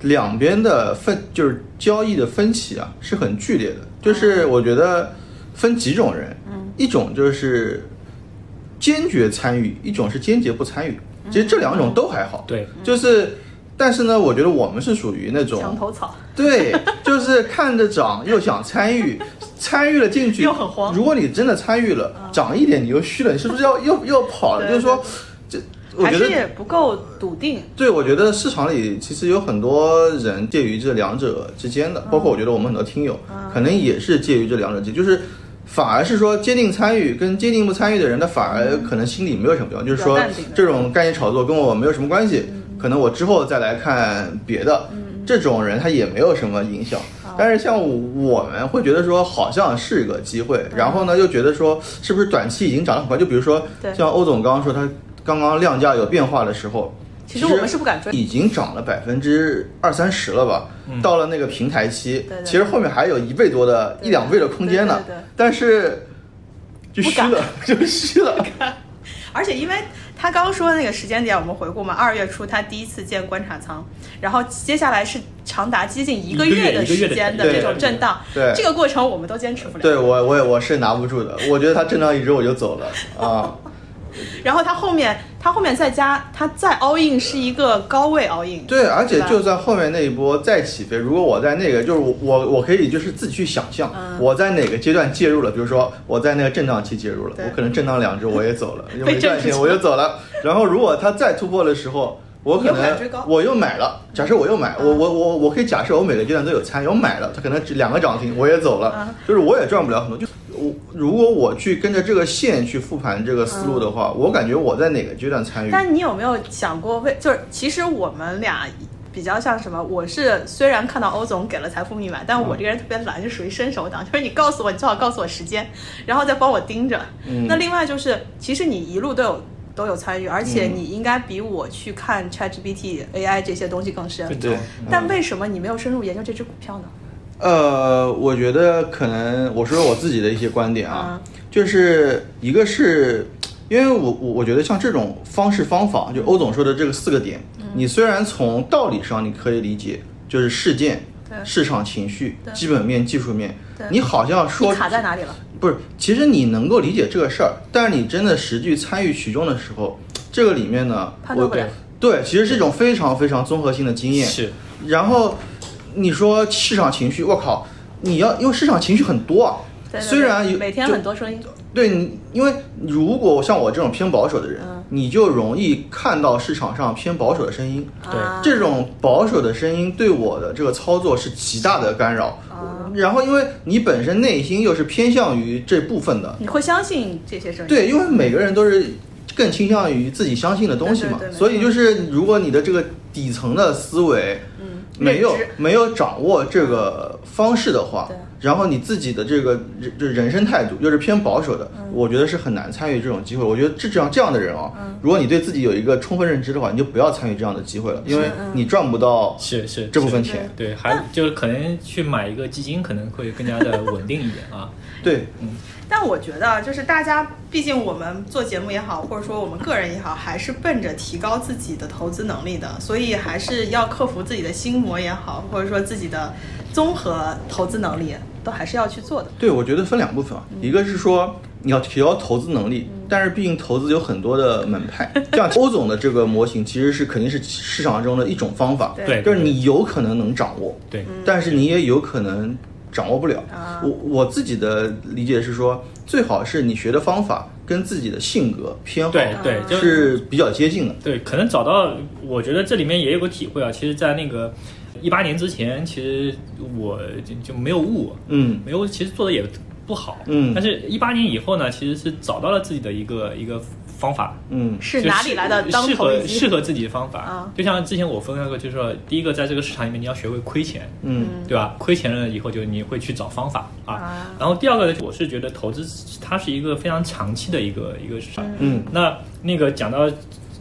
S3: 两边的分就是交易的分歧啊是很剧烈的，就是我觉得分几种人，一种就是坚决参与，一种是坚决不参与。其实这两种都还好，
S2: 对，
S3: 就是，但是呢，我觉得我们是属于那种
S1: 墙头草，
S3: 对，就是看着涨又想 参与，参与了进去
S1: 又很慌嗯
S3: 如果你真的参与了，涨一点你又虚了，你是不是要又又跑了？
S1: 对
S3: 就是说，这我
S1: 还
S3: 觉
S1: 是
S3: 得。
S1: 也不够笃定。
S3: 对，我觉得市场里其实有很多人介于这两者之间的，
S1: 嗯
S3: 包括我觉得我们很多听友，可能也是介于这两者之间，就是反而是说坚定参与跟坚定不参与的人，他反而可能心里没有什么用，就
S1: 嗯
S3: 是
S1: 比
S3: 说
S1: 较淡定的嗯
S3: 这种概念炒作跟我没有什么关系，可能我之后再来看别的，这种人他也没有什么影响。但是像我们会觉得说好像是个机会，
S1: 嗯
S3: 然后呢又觉得说是不是短期已经涨得很快？就比如说
S1: 对
S3: 像欧总刚刚说他刚刚量价有变化的时候，
S1: 其实我们是不敢追
S3: 已经涨了百分之二三十了吧？到了那个平台期，
S1: 对对
S3: 其实后面还有一倍多的、
S1: 对
S3: 一两倍的空间呢。
S1: 对对对
S3: 但是就虚了， 就虚了。
S1: 而且因为他刚刚说的那个时间点，我们回顾嘛，二月初他第一次建观察仓，然后接下来是长达接近一个月的
S2: 一个
S1: 时
S2: 月一个月的
S1: 间的
S3: 对
S1: 这种震荡，
S3: 对
S1: 这个过程我们都坚持 不了。
S3: 对我，我也我是拿不住的。我觉得它震荡一周我就走了啊。
S1: 然后他后面，他后面再加，他再 all in 是一个高位 all in，
S3: 对，而且
S1: 吧
S3: 就算后面那一波再起飞，如果我在那个，就是我我我可以就是自己去想象，
S1: 嗯
S3: 我在哪个阶段介入了，比如说我在那个震荡期介入了，
S1: 对
S3: 我可能震荡两周我也 走了，就
S1: 被震
S3: 没赚
S1: 出
S3: 钱
S1: 去
S3: 我就走了。然后如果它再突破的时候，我可
S1: 你又买追
S3: 能
S1: 高嗯
S3: 我又买了，假设我又买，我我我我可以假设我每个阶段都有参与，我买了，它可能只两个涨停我也走了
S1: 啊，
S3: 就是我也赚不了很多。就我如果我去跟着这个线去复盘这个思路的话，我感觉我在哪个阶段参与？
S1: 但你有没有想过为，就是其实我们俩比较像什么？我是虽然看到欧总给了财富密码，但我这个人特别懒，就属于伸手党，就是你告诉我，你最好告诉我时间，然后再帮我盯着。
S3: 嗯
S1: 那另外就是，其实你一路都有都有参与，而且
S3: 嗯
S1: 你应该比我去看 ChatGPT、AI 这些东西更深。
S2: 更
S3: 对
S2: 早
S1: 但为什么你没有深入研究这只股票呢？
S3: 呃，我觉得可能我说说我自己的一些观点啊，就是一个是，因为我我我觉得像这种方式方法，就欧总说的这个四个点，
S1: 嗯
S3: 你虽然从道理上你可以理解，就是事件
S1: 对、
S3: 市场情绪、
S1: 对
S3: 基本面、技术面
S1: 对，
S3: 你好像
S1: 你
S3: 说
S1: 卡在哪里了？
S3: 不是，其实你能够理解这个事儿，但是你真的实际参与其中的时候，这个里面呢，
S1: 判断
S3: 我
S1: 不了
S3: 对，其实是一种非常非常综合性的经验。
S2: 是，
S3: 然后你说市场情绪，我靠，你要因为市场情绪很多啊
S1: 对，对
S3: 虽然
S1: 对
S3: 有
S1: 每天
S3: 就
S1: 很多声音，
S3: 对你，因为如果像我这种偏保守的人，
S1: 嗯
S3: 你就容易看到市场上偏保守的声音。
S2: 对
S1: 啊、
S3: 这种保守的声音对我的这个操作是极大的干扰。
S1: 啊
S3: 然后，因为你本身内心又是偏向于这部分的，
S1: 你会相信这些声音？
S3: 对，因为每个人都是更倾向于自己相信的东西嘛，
S1: 对对对没错
S3: 所以就是如果你的这个底层的思维
S1: 嗯，
S3: 没有
S1: 认知
S3: 没有掌握这个方式的话
S1: 对，
S3: 然后你自己的这个人就人生态度又是偏保守的，
S1: 嗯
S3: 我觉得是很难参与这种机会。我觉得这这样这样的人哦，
S1: 嗯
S3: 如果你对自己有一个充分认知的话，你就不要参与这样的机会了，因为你赚不到
S2: 是
S1: 嗯
S2: 是
S3: 这部分
S2: 是
S3: 钱。
S2: 对，还就是可能去买一个基金可能会更加的稳定一点啊。
S3: 对，
S1: 但我觉得，啊就是大家，毕竟我们做节目也好，或者说我们个人也好，还是奔着提高自己的投资能力的，所以还是要克服自己的心魔也好，或者说自己的综合投资能力，都还是要去做的。
S3: 对，我觉得分两部分啊，一个是说你要提高投资能力，但是毕竟投资有很多的门派，像欧总的这个模型其实是肯定是市场中的一种方法，
S1: 对
S2: 对，
S3: 就是你有可能能掌握，
S2: 对
S3: 但是你也有可能掌握不了
S1: 啊。
S3: 我我自己的理解是说，最好是你学的方法跟自己的性格偏好
S2: 对对，就是
S3: 比较接近的。
S2: 对，可能找到，我觉得这里面也有个体会啊。其实，在那个一八年之前，其实我就就没有悟，
S3: 嗯，
S2: 没有，其实做的也不好。
S3: 嗯
S2: 但是一八年以后呢，其实是找到了自己的一个一个方法，
S3: 嗯
S1: 是
S2: 就
S1: 哪里来的当
S2: 适
S1: 头
S2: 合
S1: 一
S2: 适
S1: 击？
S2: 合自己的方法。
S1: 啊
S2: 就像之前我分享过，就是说，第一个在这个市场里面，你要学会亏钱。
S3: 嗯
S2: 对吧？亏钱了以后，就你会去找方法啊。
S1: 啊
S2: 然后第二个，我是觉得投资它是一个非常长期的一个一个市场。
S3: 嗯
S2: 那那个讲到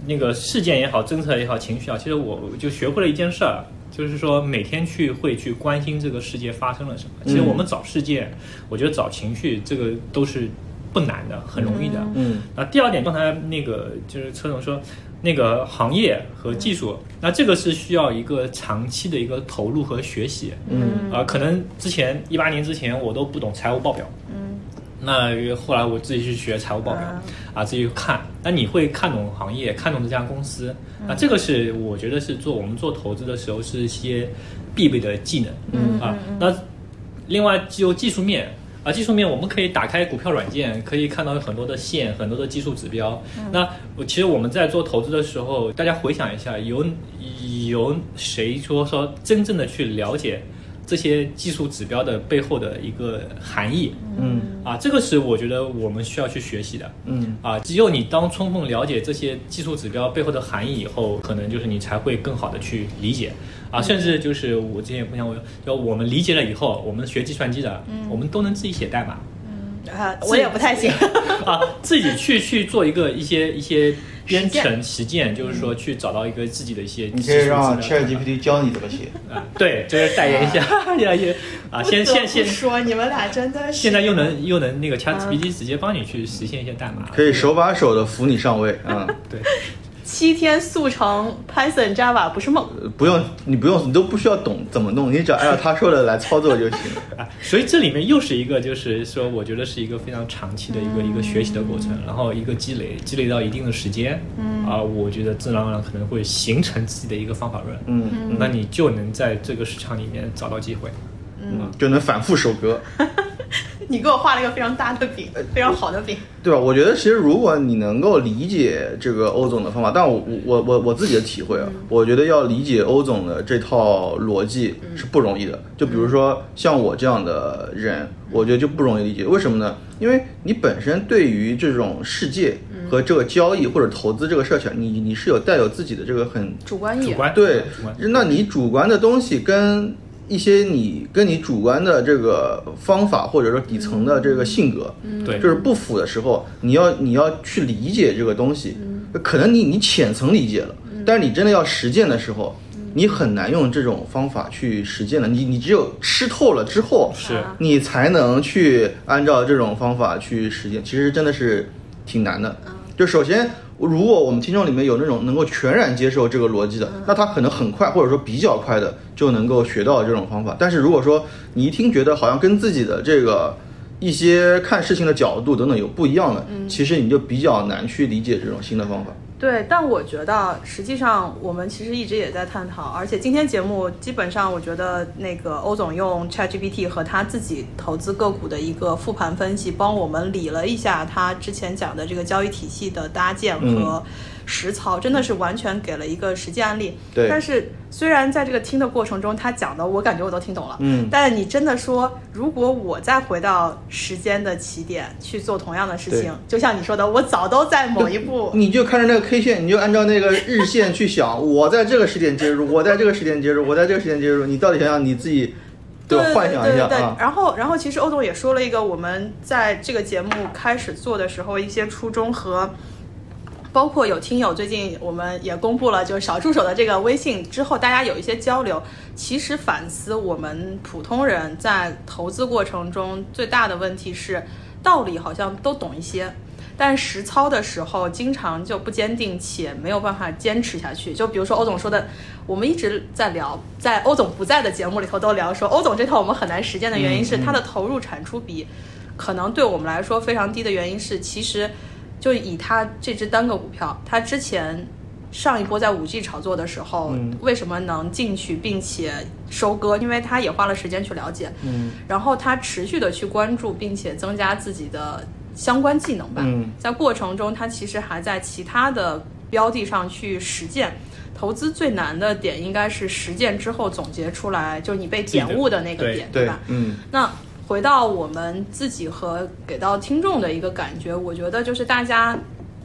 S2: 那个事件也好，政策也好，情绪啊，其实我我就学会了一件事儿，就是说每天去会去关心这个世界发生了什么。其实
S3: 嗯
S2: 我们找事件，我觉得找情绪这个都是不难的，很容易的。
S3: 嗯
S2: 那第二点，刚才那个就是车总说，那个行业和技术，
S3: 嗯
S2: 那这个是需要一个长期的一个投入和学习。
S3: 嗯
S2: 啊、可能之前一八年之前我都不懂财务报表，
S1: 嗯，
S2: 那后来我自己去学财务报表，啊
S1: 啊、
S2: 自己去看，那你会看懂行业，看懂这家公司，
S1: 嗯
S2: 啊，这个是我觉得是做我们做投资的时候是一些必备的技能，
S1: 嗯
S2: 啊，那另外就技术面。啊，技术面我们可以打开股票软件，可以看到有很多的线，很多的技术指标。
S1: 嗯
S2: 那我其实我们在做投资的时候，大家回想一下，有有谁说说真正的去了解这些技术指标的背后的一个含义？
S3: 嗯
S2: 啊，这个是我觉得我们需要去学习的。
S3: 嗯
S2: 啊，只有你当充分了解这些技术指标背后的含义以后，可能就是你才会更好的去理解啊，甚至就是我之前也分享过，就我们理解了以后，我们学计算机的，我们都能自己写代码
S1: 啊，我也不太行。
S2: 啊，自己去去做一个一些一些编
S1: 实践
S2: 程实践，就是说去找到一个自己的一些技
S3: 你
S2: 术
S3: 可以
S2: 指标
S3: 让
S2: 代码
S3: ChatGPT 教你怎么写。
S2: 啊，对，就是代言一下， 要也啊， 先先
S1: 不得
S2: 先
S1: 不。说你们俩真的是
S2: 现在又能又能那个 ChatGPT 直接帮你去实现一些代码，
S3: 可以手把手的扶你上位，嗯，
S2: 对，
S1: 七天速成 Python Java 不是梦。
S3: 呃不用你不用你都不需要懂怎么弄，你只要按照他说的来操作就行。
S2: 啊，所以这里面又是一个，就是说，我觉得是一个非常长期的一个、
S1: 嗯
S2: 一个学习的过程，然后一个积累，积累到一定的时间，嗯，啊，我觉得自然而然可能会形成自己的一个方法论，
S3: 嗯，
S2: 那你就能在这个市场里面找到机会。
S3: 嗯，就能反复收割。
S1: 你给我画了一个非常大的饼，非常好的饼。
S3: 对吧？我觉得其实如果你能够理解这个欧总的方法，但我我我我自己的体会啊，我觉得要理解欧总的这套逻辑是不容易的。就比如说像我这样的人，我觉得就不容易理解。为什么呢？因为你本身对于这种世界和这个交易或者投资这个事情，你你是有带有自己的这个很
S1: 主观
S2: 主
S1: 意，
S2: 观
S3: 对
S2: 嗯主观，
S3: 那你主观的东西跟一些你跟你主观的这个方法或者说底层的这个性格，
S2: 嗯对
S3: 就是不符的时候，你要你要去理解这个东西，可能你你浅层理解了，但是你真的要实践的时候，你很难用这种方法去实践了，你你只有吃透了之后，
S2: 是
S3: 你才能去按照这种方法去实践，其实真的是挺难的。就首先，如果我们听众里面有那种能够全然接受这个逻辑的，那他可能很快或者说比较快的就能够学到这种方法。但是如果说你一听觉得好像跟自己的这个一些看事情的角度等等有不一样的，其实你就比较难去理解这种新的方法。
S1: 对，但我觉得实际上我们其实一直也在探讨，而且今天节目基本上我觉得那个欧总用 ChatGPT 和他自己投资个股的一个复盘分析，帮我们理了一下他之前讲的这个交易体系的搭建
S3: 嗯
S1: 和实操，真的是完全给了一个实际案例。
S3: 对
S1: 但是虽然在这个听的过程中，他讲的我感觉我都听懂了，
S3: 嗯
S1: 但你真的说，如果我再回到时间的起点去做同样的事情
S3: 对，
S1: 就像你说的，我早都在某一步。
S3: 你就看着那个 K 线，你就按照那个日线去想，我在这个时点介入，我在这个时点介入，我在这个时点介入，你到底想想你自己，
S1: 对
S3: 吧？
S1: 对
S3: 幻想
S1: 对
S3: 一下
S1: 对
S3: 啊。
S1: 然后，然后其实欧总也说了一个我们在这个节目开始做的时候一些初衷和。包括有听友最近我们也公布了，就是小助手的这个微信之后，大家有一些交流。其实反思我们普通人在投资过程中最大的问题是，道理好像都懂一些，但实操的时候经常就不坚定且没有办法坚持下去。就比如说欧总说的，我们一直在聊，在欧总不在的节目里头都聊说，欧总这套我们很难实践的原因是他的投入产出比可能对我们来说非常低的原因是，其实就以他这只单个股票，他之前上一波在五 G 炒作的时候，
S3: 嗯
S1: 为什么能进去并且收割？因为他也花了时间去了解，
S3: 嗯，
S1: 然后他持续的去关注，并且增加自己的相关技能吧。
S3: 嗯
S1: 在过程中，他其实还在其他的标的上去实践。投资最难的点应该是实践之后总结出来，就是你被点悟的那个
S2: 对
S1: 点，
S3: 对
S1: 吧？，
S3: 嗯，
S1: 那回到我们自己和给到听众的一个感觉，我觉得就是大家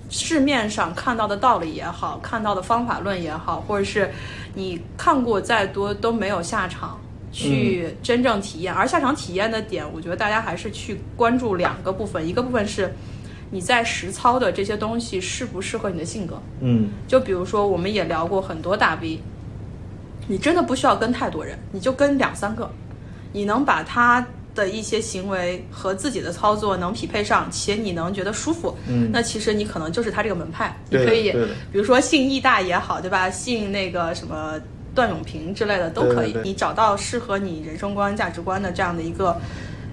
S1: 市面上看到的道理也好，看到的方法论也好，或者是你看过再多都没有下场。去真正体验，而下场体验的点，我觉得大家还是去关注两个部分，一个部分是你在实操的这些东西适不适合你的性格，
S3: 嗯，
S1: 就比如说，我们也聊过很多大 V，你真的不需要跟太多人，你就跟两三个，你能把他的一些行为和自己的操作能匹配上，且你能觉得舒服，
S3: 嗯
S1: 那其实你可能就是他这个门派，你
S3: 对的
S1: 可以
S3: 对的，
S1: 比如说信义大也好，对吧？信那个什么段永平之类的都可以，
S3: 对对对
S1: 你找到适合你人生观、价值观的这样的一个。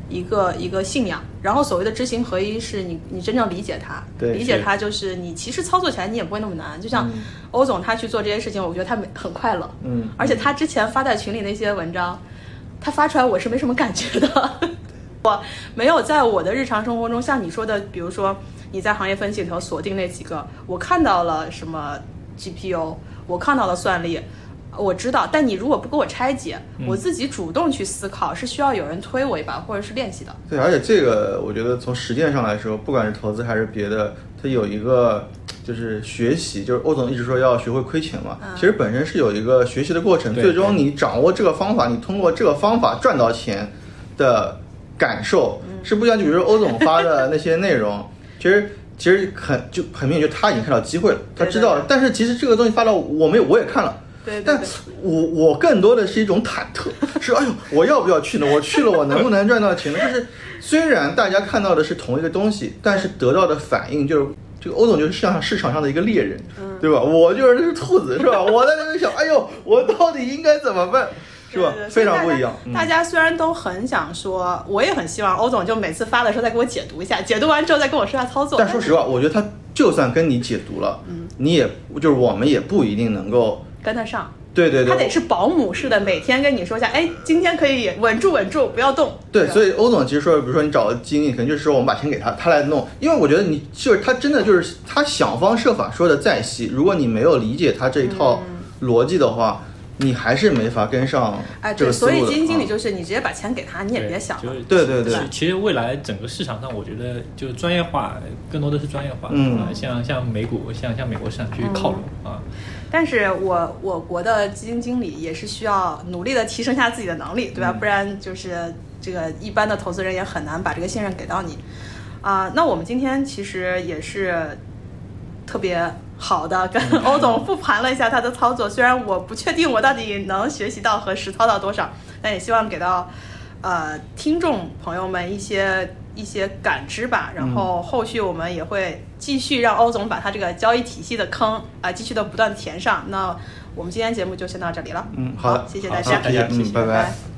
S1: 一个一个信仰，然后所谓的知行合一，是你你真正理解它，
S3: 对
S1: 理解
S2: 是
S1: 它就是你其实操作起来你也不会那么难。就像欧总他去做这些事情，我觉得他没很快乐，
S3: 嗯，
S1: 而且他之前发在群里那些文章，他发出来我是没什么感觉的， 我没有在我的日常生活中像你说的，比如说你在行业分析里头锁定那几个，我看到了什么 GPU，我看到了算力。我知道，但你如果不给我拆解，我自己主动去思考是需要有人推我一把，或者是练习的。
S3: 对，而且这个我觉得从实践上来说，不管是投资还是别的，它有一个就是学习，就是欧总一直说要学会亏钱嘛，
S1: 嗯
S3: 其实本身是有一个学习的过程，
S2: 对
S3: 最终你掌握这个方法，你通过这个方法赚到钱的感受
S1: 嗯
S3: 是不一样。就比如说欧总发的那些内容， 其实。其实很就很明显，就他已经看到机会了，他
S1: 对
S3: 知
S1: 对
S3: 道了。
S1: 对
S3: 但是其实这个东西发到我没有，我也看了，
S1: 对对
S3: 但
S1: 对，
S3: 我我更多的是一种忐忑，是哎呦，我要不要去呢？我去了，我能不能赚到钱呢？就是虽然大家看到的是同一个东西，但是得到的反应就是。这个欧总就是市场市场上的一个猎人，
S1: 嗯
S3: 对吧？我就是那只兔子，是吧？我在那边想，哎呦，我到底应该怎么办，是吧
S1: 对？对对
S3: 非常不一样。
S1: 所以大家大家虽然都很想说，我也很希望欧总就每次发的时候再给我解读一下，解读完之后再跟我说下操作。
S3: 但说实话，我觉得他
S1: 嗯
S3: 就算跟你解读了，你也就是我们也不一定能够
S1: 跟得上，
S3: 对对对，
S1: 他得是保姆似的，每天跟你说一下，哎，今天可以稳住稳住，不要动。
S3: 对，所
S1: 以
S3: 以欧总其实说，比如说你找经理，肯定就是说我们把钱给他，他来弄。因为我觉得你就是他真的就是他想方设法说的再细，如果你没有理解他这一套逻辑的话，你还是没法跟上
S1: 嗯哎，
S3: 这
S1: 对，
S3: 个思
S1: 所
S3: 路的。
S1: 以基金经理
S3: 啊
S1: 就是你直接把钱给他，你也别想
S2: 就
S1: 了。
S2: 是
S3: 对对对
S2: 其其实未来整个市场上，我觉得就是专业化，更多的是专业化。
S3: 嗯
S2: 啊像像美股，像像美国市场
S1: 嗯
S2: 去靠拢、啊。
S1: 但是我我国的基金经理也是需要努力的提升一下自己的能力，对吧？
S2: 嗯
S1: 不然就是这个一般的投资人也很难把这个信任给到你。啊、那我们今天其实也是特别好的跟
S3: 嗯
S1: 欧总复盘了一下他的操作，虽然我不确定我到底能学习到和实操到多少，但也希望给到呃听众朋友们一些一些感知吧。
S3: 嗯
S1: 然后后续我们也会继续让欧总把他这个交易体系的坑啊、继续的不断填上。那我们今天节目就先到这里了，
S3: 嗯，好的，
S1: 谢谢
S2: 好
S1: 大
S2: 谢谢
S1: 家，
S2: 大家
S3: 嗯，
S2: 谢谢
S3: 拜
S1: 拜
S3: 拜
S1: 拜。